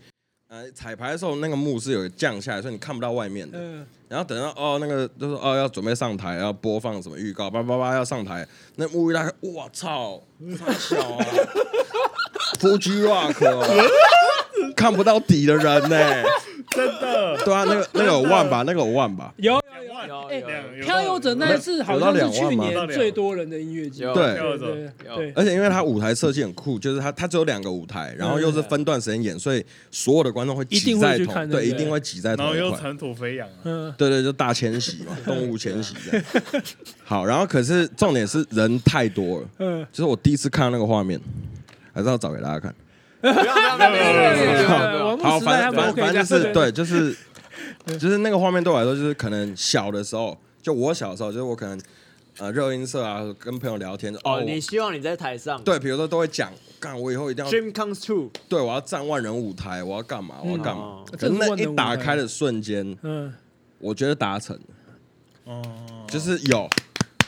[SPEAKER 1] 呃彩排的时候那个幕是有降下来，所以你看不到外面的。
[SPEAKER 2] 嗯
[SPEAKER 1] 然后等到哦，那个就是哦，要准备上台，要播放什么预告，叭叭叭要上台，那幕一拉开，我操，太小 啊，Fuji Rock，、哦、看不到底的人 呢、
[SPEAKER 3] 真的。
[SPEAKER 1] 对啊，那个那个有万吧，那个有万吧，
[SPEAKER 2] 有
[SPEAKER 3] 两万
[SPEAKER 4] 有
[SPEAKER 2] 哎
[SPEAKER 4] 有有
[SPEAKER 2] 漂游者那一次好像是去年最多人的音乐节
[SPEAKER 4] 有，
[SPEAKER 1] 对
[SPEAKER 3] 漂游者
[SPEAKER 2] 对对对
[SPEAKER 1] 而且因为它舞台设计很酷，就是它它只有两个舞台，然后又是分段时间演，所以所有的观众会
[SPEAKER 2] 一
[SPEAKER 1] 挤
[SPEAKER 2] 定会
[SPEAKER 1] 在
[SPEAKER 2] 去
[SPEAKER 1] 同
[SPEAKER 2] 看
[SPEAKER 1] 对，
[SPEAKER 2] 对
[SPEAKER 1] 一
[SPEAKER 2] 不对
[SPEAKER 1] 定会挤在
[SPEAKER 3] 然后
[SPEAKER 1] 同一
[SPEAKER 3] 又
[SPEAKER 1] 块。
[SPEAKER 3] 尘土飞扬啊，
[SPEAKER 2] 嗯
[SPEAKER 1] 对对，就大迁徙嘛，动物迁徙这样。好，然后可是重点是人太多了，
[SPEAKER 2] 嗯，
[SPEAKER 1] 就是我第一次看到那个画面，还是要找给大家看。
[SPEAKER 4] 不要不要不要不
[SPEAKER 2] 网络
[SPEAKER 1] 好，
[SPEAKER 2] 时代
[SPEAKER 1] 反
[SPEAKER 2] 他
[SPEAKER 1] 正
[SPEAKER 2] 们
[SPEAKER 1] 反
[SPEAKER 2] OK
[SPEAKER 1] 正反正就是
[SPEAKER 2] 对
[SPEAKER 1] 对，就是就是那个画面对我来说，就是可能小的时候，就我小时候，就是我可能呃热音社啊，跟朋友聊天哦
[SPEAKER 4] 哦，，你
[SPEAKER 1] 我
[SPEAKER 4] 希望你在台上
[SPEAKER 1] 对，比如说都会讲，干我以后一定要
[SPEAKER 4] ，Dream comes true，
[SPEAKER 1] 对我要站万人舞台，我要干嘛，我要干嘛
[SPEAKER 4] 哦。
[SPEAKER 1] 可是那一打开的瞬间，
[SPEAKER 2] 嗯
[SPEAKER 1] 我觉得达成了，
[SPEAKER 3] 哦，
[SPEAKER 1] 就是有，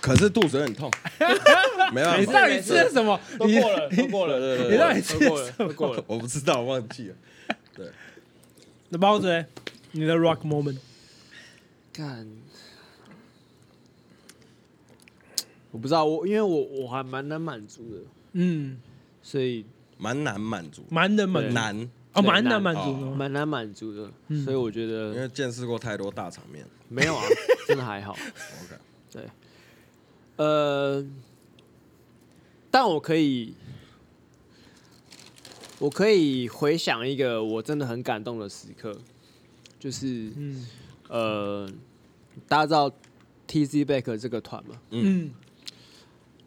[SPEAKER 1] 可是肚子有点痛， 没办
[SPEAKER 2] 你
[SPEAKER 1] 法，
[SPEAKER 2] 到底吃了什么？
[SPEAKER 4] 都过了都过了，
[SPEAKER 1] 对
[SPEAKER 2] 你
[SPEAKER 1] 对
[SPEAKER 2] 到
[SPEAKER 1] 对
[SPEAKER 2] 底
[SPEAKER 4] 都过了都过了，
[SPEAKER 1] 我不知道，忘记了。
[SPEAKER 2] 那包子嘞，你的 rock moment，
[SPEAKER 4] 干。我不知道，我因为我我还蛮难满足的，
[SPEAKER 2] 嗯，
[SPEAKER 4] 所以
[SPEAKER 1] 蛮难满足，
[SPEAKER 2] 蛮能满足，
[SPEAKER 1] 难，
[SPEAKER 2] 哦，蛮能满足的，
[SPEAKER 4] 蛮难满足的，
[SPEAKER 2] 嗯
[SPEAKER 4] 所以我觉
[SPEAKER 1] 因
[SPEAKER 4] 得
[SPEAKER 1] 为见识过太多大场面。
[SPEAKER 4] 没有啊，真的还 好。
[SPEAKER 1] OK，
[SPEAKER 4] 呃，但我可以，我可以回想一个我真的很感动的时刻，就是
[SPEAKER 2] 嗯
[SPEAKER 4] 呃，大家知道 T Z Back 这个团嘛
[SPEAKER 2] 嗯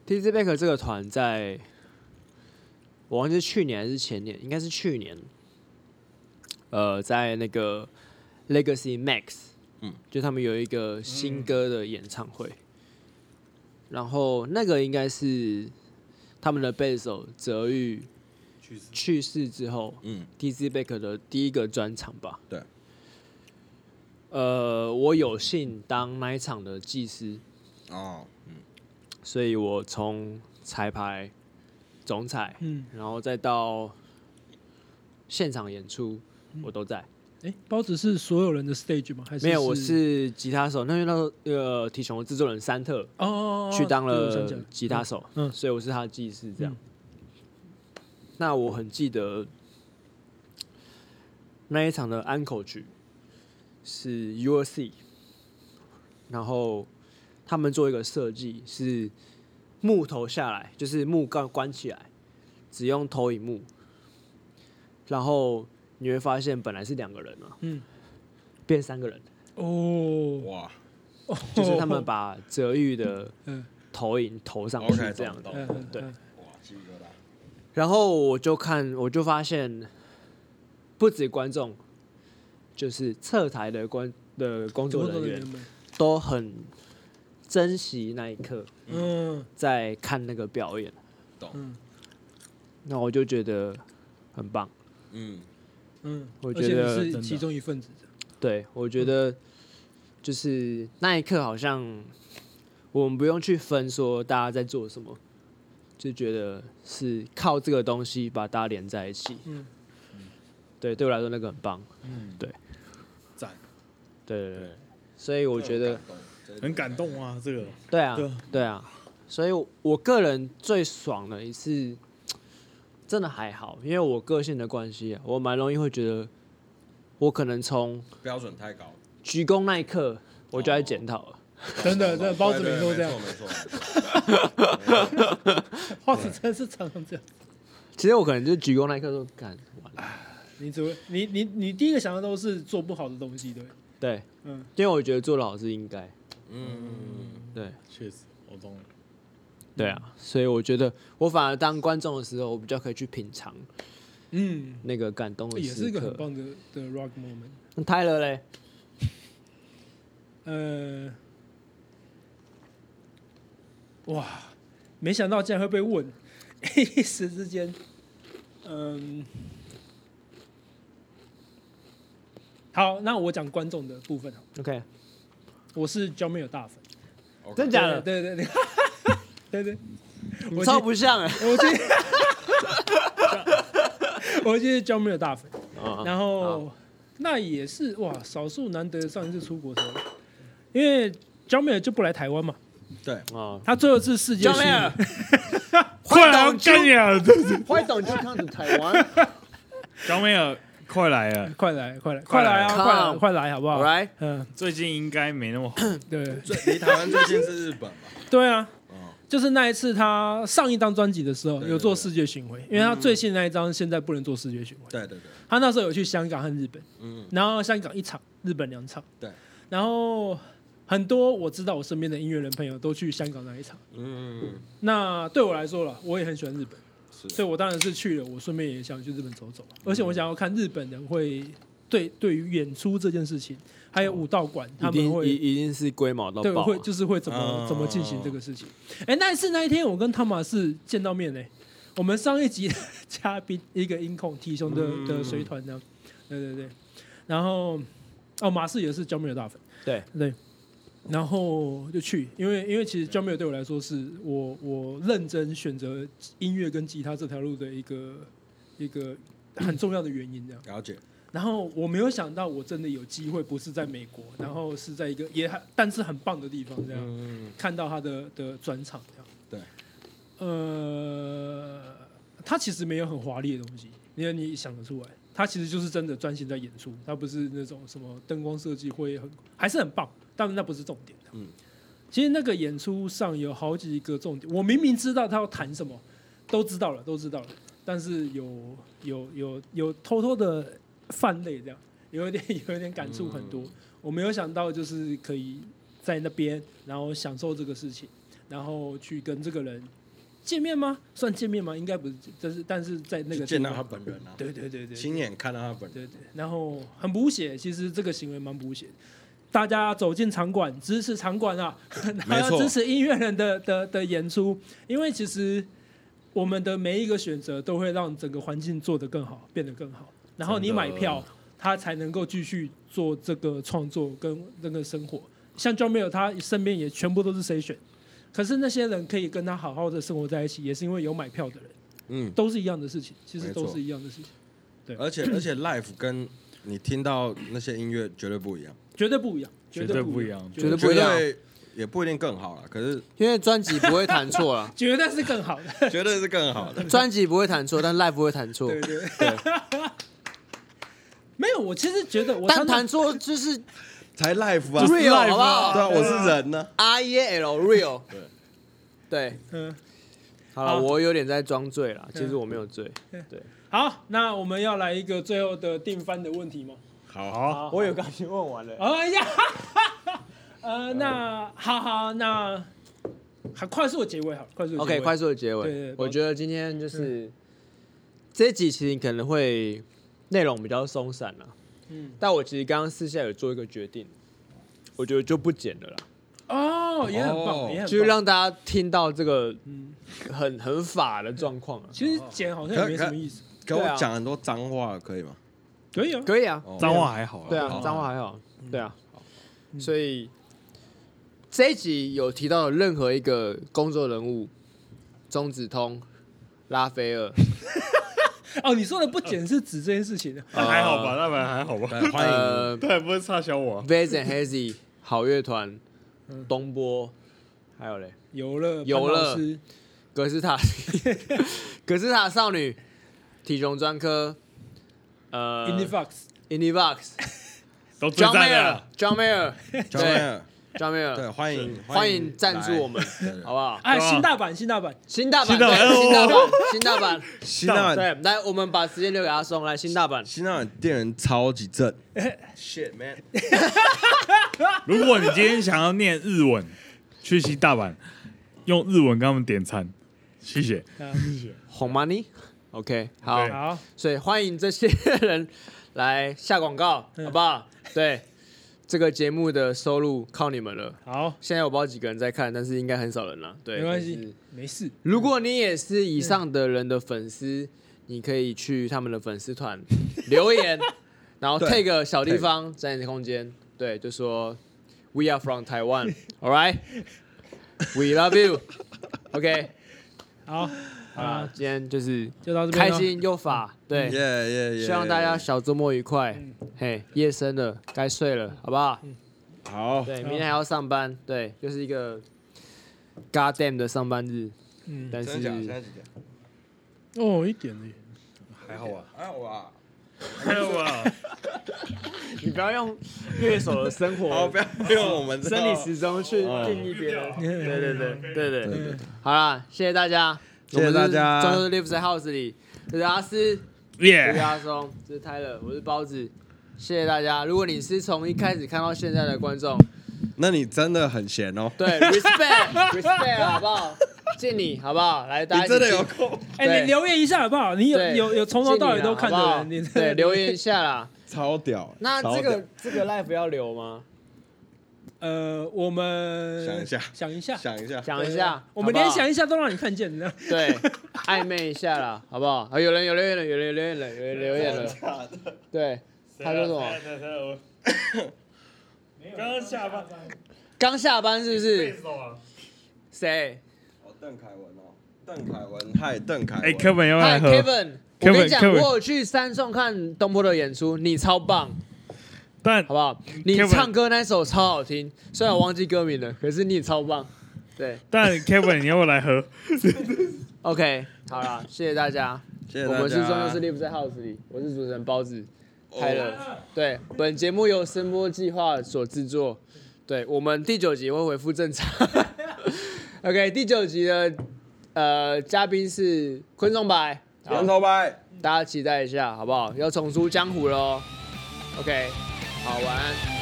[SPEAKER 4] t Z Back 这个团在，我忘记是去年还是前年，应该是去年，呃，在那个 Legacy Max，
[SPEAKER 1] 嗯
[SPEAKER 4] 嗯，就他们有一个新歌的演唱会，然后那个应该是他们的贝斯手泽玉
[SPEAKER 3] 去世
[SPEAKER 4] 去世之后
[SPEAKER 1] 嗯，
[SPEAKER 4] ，T.Z. Baker 的第一个专场吧。
[SPEAKER 1] 对。
[SPEAKER 4] 呃，我有幸当那一场的技师，
[SPEAKER 1] 哦，
[SPEAKER 4] 所以我从彩排、总彩，
[SPEAKER 2] 嗯，
[SPEAKER 4] 然后再到现场演出，我都在。
[SPEAKER 2] 哎，包子是所有人的 stage 吗？还是
[SPEAKER 4] 没有，我是吉他手。那因为那时候呃，体熊的制作人山特
[SPEAKER 2] 哦哦，哦
[SPEAKER 4] 去当
[SPEAKER 2] 对我想
[SPEAKER 4] 了
[SPEAKER 2] 起来
[SPEAKER 4] 吉他手，
[SPEAKER 2] 嗯嗯
[SPEAKER 4] 所以我是他的技师这样。
[SPEAKER 2] 嗯
[SPEAKER 4] 那我很记得那一场的安口曲是 U S C，然后他们做一个设计是木头下来，就是木杠关起来，只用投影幕，然后你会发现本来是两个人啊，
[SPEAKER 2] 嗯，
[SPEAKER 4] 变三个人。
[SPEAKER 2] 哦，
[SPEAKER 1] 哇
[SPEAKER 4] 就是他 们把泽玉的
[SPEAKER 2] 嗯
[SPEAKER 4] 投影投上去
[SPEAKER 1] ，OK，
[SPEAKER 4] 这样
[SPEAKER 1] 懂
[SPEAKER 4] 的。
[SPEAKER 1] 懂懂，
[SPEAKER 2] 嗯嗯
[SPEAKER 4] 对
[SPEAKER 2] 嗯
[SPEAKER 1] 哇，鸡皮疙瘩，
[SPEAKER 4] 然后我就看，我就发现，不止观众，就是侧台的观的工作
[SPEAKER 2] 工作
[SPEAKER 4] 人
[SPEAKER 2] 哦人
[SPEAKER 4] 员
[SPEAKER 2] 员们，
[SPEAKER 4] 都很珍惜那一刻
[SPEAKER 2] 嗯
[SPEAKER 4] 在看那个表演。
[SPEAKER 2] 嗯
[SPEAKER 4] 那我就觉得很棒，
[SPEAKER 1] 嗯，
[SPEAKER 2] 嗯，
[SPEAKER 4] 我
[SPEAKER 2] 而且
[SPEAKER 4] 觉得
[SPEAKER 2] 你
[SPEAKER 3] 真
[SPEAKER 2] 是
[SPEAKER 3] 的
[SPEAKER 2] 其中一份子的，
[SPEAKER 4] 对我
[SPEAKER 2] 嗯
[SPEAKER 4] 觉得就是那一刻好像我们不用去分说大家在做什么，就觉得是靠这个东西把大家连在一起。
[SPEAKER 2] 嗯，
[SPEAKER 4] 对，对我来说那个很棒。
[SPEAKER 3] 嗯，
[SPEAKER 4] 对，
[SPEAKER 3] 赞，
[SPEAKER 4] 对对对，所以我觉得，
[SPEAKER 3] 很感动啊，这个
[SPEAKER 4] 对啊
[SPEAKER 3] 对啊，
[SPEAKER 4] 对啊，所以我个人最爽的一次，真的还好，因为我个性的关系啊，我蛮容易会觉得，我可能从
[SPEAKER 1] 标准太高，
[SPEAKER 4] 鞠躬那一刻我就在检讨了。
[SPEAKER 2] 真的，真的，包子
[SPEAKER 1] 对
[SPEAKER 2] 没
[SPEAKER 1] 哦对
[SPEAKER 2] 都这样，
[SPEAKER 1] 没错没错，
[SPEAKER 2] 包子真的是常常这样。
[SPEAKER 4] 其实我可能就鞠躬那一刻说干完了，
[SPEAKER 2] 你只会，你你你第一个想到都是做不好的东西，对不对，
[SPEAKER 4] 对，
[SPEAKER 2] 嗯，
[SPEAKER 4] 因为我觉得做得好是应该，
[SPEAKER 1] 嗯，
[SPEAKER 4] 对
[SPEAKER 3] 确实我懂了。
[SPEAKER 4] 对啊，所以我觉得我反而当观众的时候，我比较可以去品尝
[SPEAKER 2] 嗯，
[SPEAKER 4] 那个感动的
[SPEAKER 2] 也是
[SPEAKER 4] 时
[SPEAKER 2] 一个很
[SPEAKER 4] 刻。
[SPEAKER 2] 棒的的 rock moment。
[SPEAKER 4] 那泰勒嘞，
[SPEAKER 2] 呃，哇，没想到竟然会被问， 一时之间，嗯，好，那我讲观众的部分好，
[SPEAKER 4] ，OK，
[SPEAKER 2] 我是 John Mayer 大粉，
[SPEAKER 4] 真假的，
[SPEAKER 2] 对对对，对对，
[SPEAKER 4] 你
[SPEAKER 2] 我
[SPEAKER 4] 超
[SPEAKER 2] 记
[SPEAKER 4] 不像哎，
[SPEAKER 2] 我是 我是 John Mayer 大粉，
[SPEAKER 4] 哦
[SPEAKER 2] 然后那也是哇，少数难得上一次出国的时候，因为 John Mayer 就不来台湾嘛，
[SPEAKER 1] 对，
[SPEAKER 4] 啊，
[SPEAKER 2] 他最后一次世界
[SPEAKER 4] 教
[SPEAKER 2] 巡
[SPEAKER 4] 练
[SPEAKER 2] 演，，
[SPEAKER 4] 快来干你！
[SPEAKER 3] 呀！
[SPEAKER 4] Why don't you come to Taiwan?
[SPEAKER 3] 小美尔，快来啊了！
[SPEAKER 2] 快来快来快
[SPEAKER 3] 快
[SPEAKER 2] 来
[SPEAKER 3] 来
[SPEAKER 2] 啊，
[SPEAKER 4] Come
[SPEAKER 2] 快来快来好不好？
[SPEAKER 4] Alright，
[SPEAKER 2] 嗯，
[SPEAKER 3] 最近应该没那么红，
[SPEAKER 2] 对
[SPEAKER 1] 最离台湾最近是日本吧？
[SPEAKER 2] 对啊
[SPEAKER 1] 哦。
[SPEAKER 2] 就是那一次，他上一张专辑的时候
[SPEAKER 1] 对对
[SPEAKER 2] 有做世界巡回，因为他最新那一张现在不能做世界巡回。
[SPEAKER 1] 对对对，
[SPEAKER 2] 他那时候有去香港和日本，
[SPEAKER 1] 嗯，
[SPEAKER 2] 然后香港一场，日本两场。
[SPEAKER 1] 对，
[SPEAKER 2] 然后很多我知道我身边的音乐人朋友都去香港那一场。
[SPEAKER 1] 嗯，
[SPEAKER 2] 那对我来说了，我也很喜欢日本，
[SPEAKER 1] 是，
[SPEAKER 2] 所以我当然是去了。我顺便也想去日本走走，而且我想要看日本人会对对于演出这件事情，还有武道馆他
[SPEAKER 4] 一嗯
[SPEAKER 2] 们
[SPEAKER 4] 定一
[SPEAKER 2] 会
[SPEAKER 4] 一定是龟毛到
[SPEAKER 2] 对
[SPEAKER 4] 爆啊
[SPEAKER 2] 会，就是会怎么
[SPEAKER 1] 哦
[SPEAKER 2] 怎么进行这个事情。哎，那一次那一天，我跟汤马士见到面呢、我们上一集的嘉宾一个音控体兄的的随团呢，对对对，然后哦马氏也是江美的大粉。
[SPEAKER 4] 对，
[SPEAKER 2] 对，然后就去，因为因为其实 j a m 对我来说是我我认真选择音乐跟吉他这条路的一个一个很重要的原因，这样。
[SPEAKER 1] 了解，
[SPEAKER 2] 然后我没有想到我真的有机会，不是在美国，然后是在一个也很但是很棒的地方，这样、
[SPEAKER 1] 嗯，
[SPEAKER 2] 看到他的的专场这样。
[SPEAKER 1] 对，
[SPEAKER 2] 呃，他其实没有很华丽的东西，因为你想得出来，他其实就是真的专心在演出，他不是那种什么灯光设计会很还是很棒，但那不是重点。
[SPEAKER 1] 嗯，
[SPEAKER 2] 其实那个演出上有好几个重点，我明明知道他要谈什么，都知道了，都知道了，但是有有有有偷偷的泛泪这样，有一点 有一点感触很多。我没有想到就是可以在那边，然后享受这个事情，然后去跟这个人见面吗？算见面吗？应该不是，就是但是在那个
[SPEAKER 1] 就见到
[SPEAKER 2] 地
[SPEAKER 1] 他
[SPEAKER 2] 方
[SPEAKER 1] 本人啊，
[SPEAKER 2] 对对对对，
[SPEAKER 1] 亲眼看到他本人，
[SPEAKER 2] 对对，然后很补血，其实这个行为蛮补血的。大家走进场馆，支持场馆啊，还要
[SPEAKER 1] 错
[SPEAKER 2] 支持音乐人的的的演出，因为其实我们的每一个选择都会让整个环境做得更好，变得更好。然后你
[SPEAKER 3] 真的
[SPEAKER 2] 买票，他才能够继续做这个创作跟那个生活。像 John Mayer，他身边也全部都是谁选，可是那些人可以跟他好好的生活在一起，也是因为有买票的人，
[SPEAKER 1] 嗯，
[SPEAKER 2] 都是一样的事情，其实
[SPEAKER 1] 没错
[SPEAKER 2] 都是一样的事情，对
[SPEAKER 1] 而且而且 live 跟你听到那些音乐绝对不一样，
[SPEAKER 2] 绝对不一样，
[SPEAKER 3] 绝
[SPEAKER 2] 对
[SPEAKER 3] 对
[SPEAKER 2] 不
[SPEAKER 3] 不
[SPEAKER 2] 一
[SPEAKER 3] 一
[SPEAKER 2] 样，，
[SPEAKER 3] 样，
[SPEAKER 4] 绝对不
[SPEAKER 1] 绝
[SPEAKER 4] 一样
[SPEAKER 1] 对也不一定更好了，可是
[SPEAKER 4] 因为专辑不会弹错啦
[SPEAKER 2] 绝对是更好的。
[SPEAKER 1] 绝对是更好 的。
[SPEAKER 4] 专辑不会弹错，但 live 不会弹错。
[SPEAKER 2] 对对没有，我其实觉得我
[SPEAKER 4] 但
[SPEAKER 2] 常
[SPEAKER 4] 弹
[SPEAKER 2] 常
[SPEAKER 4] 错就是
[SPEAKER 1] 才 live 啊，
[SPEAKER 4] 就是 real，
[SPEAKER 1] live 啊
[SPEAKER 4] 好不好
[SPEAKER 1] 对啊，我是人呢，
[SPEAKER 4] R E A L real。对，
[SPEAKER 2] 嗯
[SPEAKER 4] 好
[SPEAKER 2] 好
[SPEAKER 4] 了，我有点在装醉啦，其实我没有醉。对，
[SPEAKER 2] 好，那我们要来一个最后的定番的问题吗？
[SPEAKER 1] 好，
[SPEAKER 3] 好
[SPEAKER 4] 我有刚才问完了。
[SPEAKER 2] 哎呀， 呃，那好好，那还快速的结尾好了，快速的
[SPEAKER 4] OK，
[SPEAKER 2] 结尾
[SPEAKER 4] 快速的结
[SPEAKER 2] 对对对
[SPEAKER 4] 尾。我觉得今天就是这一集，其实可能会内容比较松散了。
[SPEAKER 2] 嗯
[SPEAKER 4] 但我其实刚刚私下有做一个决定，我觉得就不剪了啦，
[SPEAKER 2] 哦，也很棒，
[SPEAKER 1] 哦
[SPEAKER 2] 也很棒。
[SPEAKER 4] 就是让大家听到这个
[SPEAKER 2] 嗯，
[SPEAKER 4] 很很法的状况啊。
[SPEAKER 2] 其实剪好像也没什么意思，
[SPEAKER 1] 给
[SPEAKER 4] 对
[SPEAKER 1] 我
[SPEAKER 4] 啊
[SPEAKER 1] 讲很多脏话可以吗？
[SPEAKER 2] 可以啊，
[SPEAKER 4] 可以啊，
[SPEAKER 1] 哦嗯
[SPEAKER 3] 脏话还好啦，
[SPEAKER 4] 对
[SPEAKER 1] 好
[SPEAKER 4] 啊，
[SPEAKER 1] 啊
[SPEAKER 4] 脏话还好，对啊，
[SPEAKER 2] 嗯
[SPEAKER 4] 所以这一集有提到的任何一个工作人物，中子通、拉斐尔，
[SPEAKER 2] 哦，你说的不剪是指这件事情啊的，
[SPEAKER 3] 那还好吧，那本来啊还好吧，，
[SPEAKER 1] 来欢迎
[SPEAKER 4] 呃
[SPEAKER 3] 对，不会差小我啊。
[SPEAKER 4] v a z a n Hazy、好乐团、
[SPEAKER 2] 嗯
[SPEAKER 4] 东波，还有嘞，
[SPEAKER 2] 有了，
[SPEAKER 4] 有
[SPEAKER 2] 潘老
[SPEAKER 4] 了
[SPEAKER 2] 师
[SPEAKER 4] 格斯塔、 格斯塔少女、体雄专科，呃
[SPEAKER 2] Indie Fox，
[SPEAKER 4] Indie Box、
[SPEAKER 3] 都
[SPEAKER 4] John
[SPEAKER 3] 存在了
[SPEAKER 4] Mayer、。John Mayer、
[SPEAKER 1] John Mayer，
[SPEAKER 4] John
[SPEAKER 1] 对，
[SPEAKER 4] Mayer，
[SPEAKER 1] 欢迎
[SPEAKER 4] 欢迎赞助我们，
[SPEAKER 1] 好，
[SPEAKER 4] 好 不好？
[SPEAKER 2] 哎，
[SPEAKER 3] 对啊
[SPEAKER 2] 新大阪，新大阪，
[SPEAKER 4] 新大阪，
[SPEAKER 3] 新大
[SPEAKER 4] 对
[SPEAKER 3] 阪
[SPEAKER 4] 新大阪， 新大
[SPEAKER 1] 新浪
[SPEAKER 4] 阪。对，来，我们把时间留给阿松，来新大阪。
[SPEAKER 1] 新浪店员超级 正，shit man，
[SPEAKER 3] 如果你今天想要念日文，去西大阪，用日文跟他们点餐，谢 谢。
[SPEAKER 2] 啊
[SPEAKER 4] 红 money。OK，好，
[SPEAKER 3] 对
[SPEAKER 2] 好，
[SPEAKER 4] 所以欢迎这些人来下广告，好不好？对，这个节目的收入靠你们了。
[SPEAKER 2] 好，
[SPEAKER 4] 现在我不知道几个人在看，但是应该很少人了。对，
[SPEAKER 2] 没关
[SPEAKER 4] 就是
[SPEAKER 2] 系，没事。
[SPEAKER 4] 如果你也是以上的人的粉丝，你可以去他们的粉丝团留言，然后
[SPEAKER 1] 对
[SPEAKER 4] take 个小地方在你的空间，对，就说 We are from Taiwan，all right，we love you，OK，、
[SPEAKER 2] 好
[SPEAKER 4] 啊
[SPEAKER 2] 啊，，
[SPEAKER 4] 今天就是
[SPEAKER 2] 就到这边
[SPEAKER 4] 开
[SPEAKER 2] 咯。
[SPEAKER 4] 心又法，
[SPEAKER 1] 耶
[SPEAKER 4] 对，
[SPEAKER 1] 耶耶，
[SPEAKER 4] 希望大家小周末愉快
[SPEAKER 2] 嗯。
[SPEAKER 4] 嘿，夜深了，该睡了，好不好？
[SPEAKER 1] 好，
[SPEAKER 4] 对，明天还要上班，对，就是一个 goddamn 的上班日，
[SPEAKER 2] 嗯，
[SPEAKER 4] 但
[SPEAKER 1] 真
[SPEAKER 4] 是
[SPEAKER 1] 的假的？现在几点？
[SPEAKER 2] 哦，一点呢。
[SPEAKER 3] 还好
[SPEAKER 4] 啊
[SPEAKER 3] 吧，
[SPEAKER 1] 还好啊吧，
[SPEAKER 3] 还好吧，
[SPEAKER 4] 你不要用乐手的生活
[SPEAKER 1] 好，不要哦不用我们这
[SPEAKER 4] 生理时钟去定义别人。对对对对对对，好啦，谢谢大家，
[SPEAKER 1] 谢谢大家
[SPEAKER 4] 我们是中秋 live 在 house 里，这是阿斯，这是
[SPEAKER 3] 耶！
[SPEAKER 4] 阿松，这是 Tyler，我是包子，谢谢大家。如果你是从一开始看到现在的观众，
[SPEAKER 1] 那你真的很闲哦，
[SPEAKER 4] 对 respect respect 好不好？敬你好不好？来，大
[SPEAKER 1] 你
[SPEAKER 4] 家一起
[SPEAKER 1] 真的有
[SPEAKER 4] 敬
[SPEAKER 1] 空
[SPEAKER 2] 哎，
[SPEAKER 4] 对
[SPEAKER 2] 你留言一下好不好？你有
[SPEAKER 4] 对
[SPEAKER 2] 有有从头到尾
[SPEAKER 4] 敬你
[SPEAKER 2] 都
[SPEAKER 4] 啦
[SPEAKER 2] 看
[SPEAKER 4] 好不好
[SPEAKER 2] 的人，你
[SPEAKER 4] 对留言一下 啦。
[SPEAKER 1] 超屌。
[SPEAKER 4] 那
[SPEAKER 1] 超
[SPEAKER 4] 这
[SPEAKER 1] 屌
[SPEAKER 4] 个这个 live 要留吗？
[SPEAKER 2] 呃，我们
[SPEAKER 1] 想一下
[SPEAKER 2] 想一下，
[SPEAKER 1] 想一下，
[SPEAKER 4] 想一下，
[SPEAKER 2] 我们连
[SPEAKER 4] 好不好
[SPEAKER 2] 想一下都让你看见，你知道？
[SPEAKER 4] 对，暧昧一下啦，好不好？啊，有人有留言了，有人留言了，有人留言
[SPEAKER 1] 啊
[SPEAKER 4] 了，对，
[SPEAKER 3] 啊
[SPEAKER 4] 他说什么？
[SPEAKER 3] 么？刚刚下班，
[SPEAKER 4] 刚下班是不是？
[SPEAKER 3] 手啊！
[SPEAKER 4] 谁？
[SPEAKER 1] 哦，邓凯文哦，邓凯文，嗨，邓凯文，
[SPEAKER 3] 哎，Kevin 要不
[SPEAKER 4] 嗨
[SPEAKER 3] 要来喝？
[SPEAKER 4] ，Kevin，我跟你讲，
[SPEAKER 3] Kevin，Kevin
[SPEAKER 4] 我有去三重看东坡的演出，你超棒，
[SPEAKER 3] 但
[SPEAKER 4] 好不好？你
[SPEAKER 3] Kevin
[SPEAKER 4] 唱歌那首超好听，虽然我忘记歌名了，可是你超棒。对
[SPEAKER 3] 但 Kevin 你要不要来喝？
[SPEAKER 4] ，OK，好啦，谢谢大家。
[SPEAKER 1] 谢谢
[SPEAKER 4] 我
[SPEAKER 1] 大家。
[SPEAKER 4] 们是中秋是 live 在 house 里，我是主持人包子。泰勒
[SPEAKER 1] 哦，
[SPEAKER 4] 对，本节目由声波计划所制作。对我们第九集会恢复正常。OK，第九集的呃嘉宾是昆虫白，好
[SPEAKER 1] 羊头拜。
[SPEAKER 4] 大家期待一下好不好？要重出江湖喽。OK，好，晚安。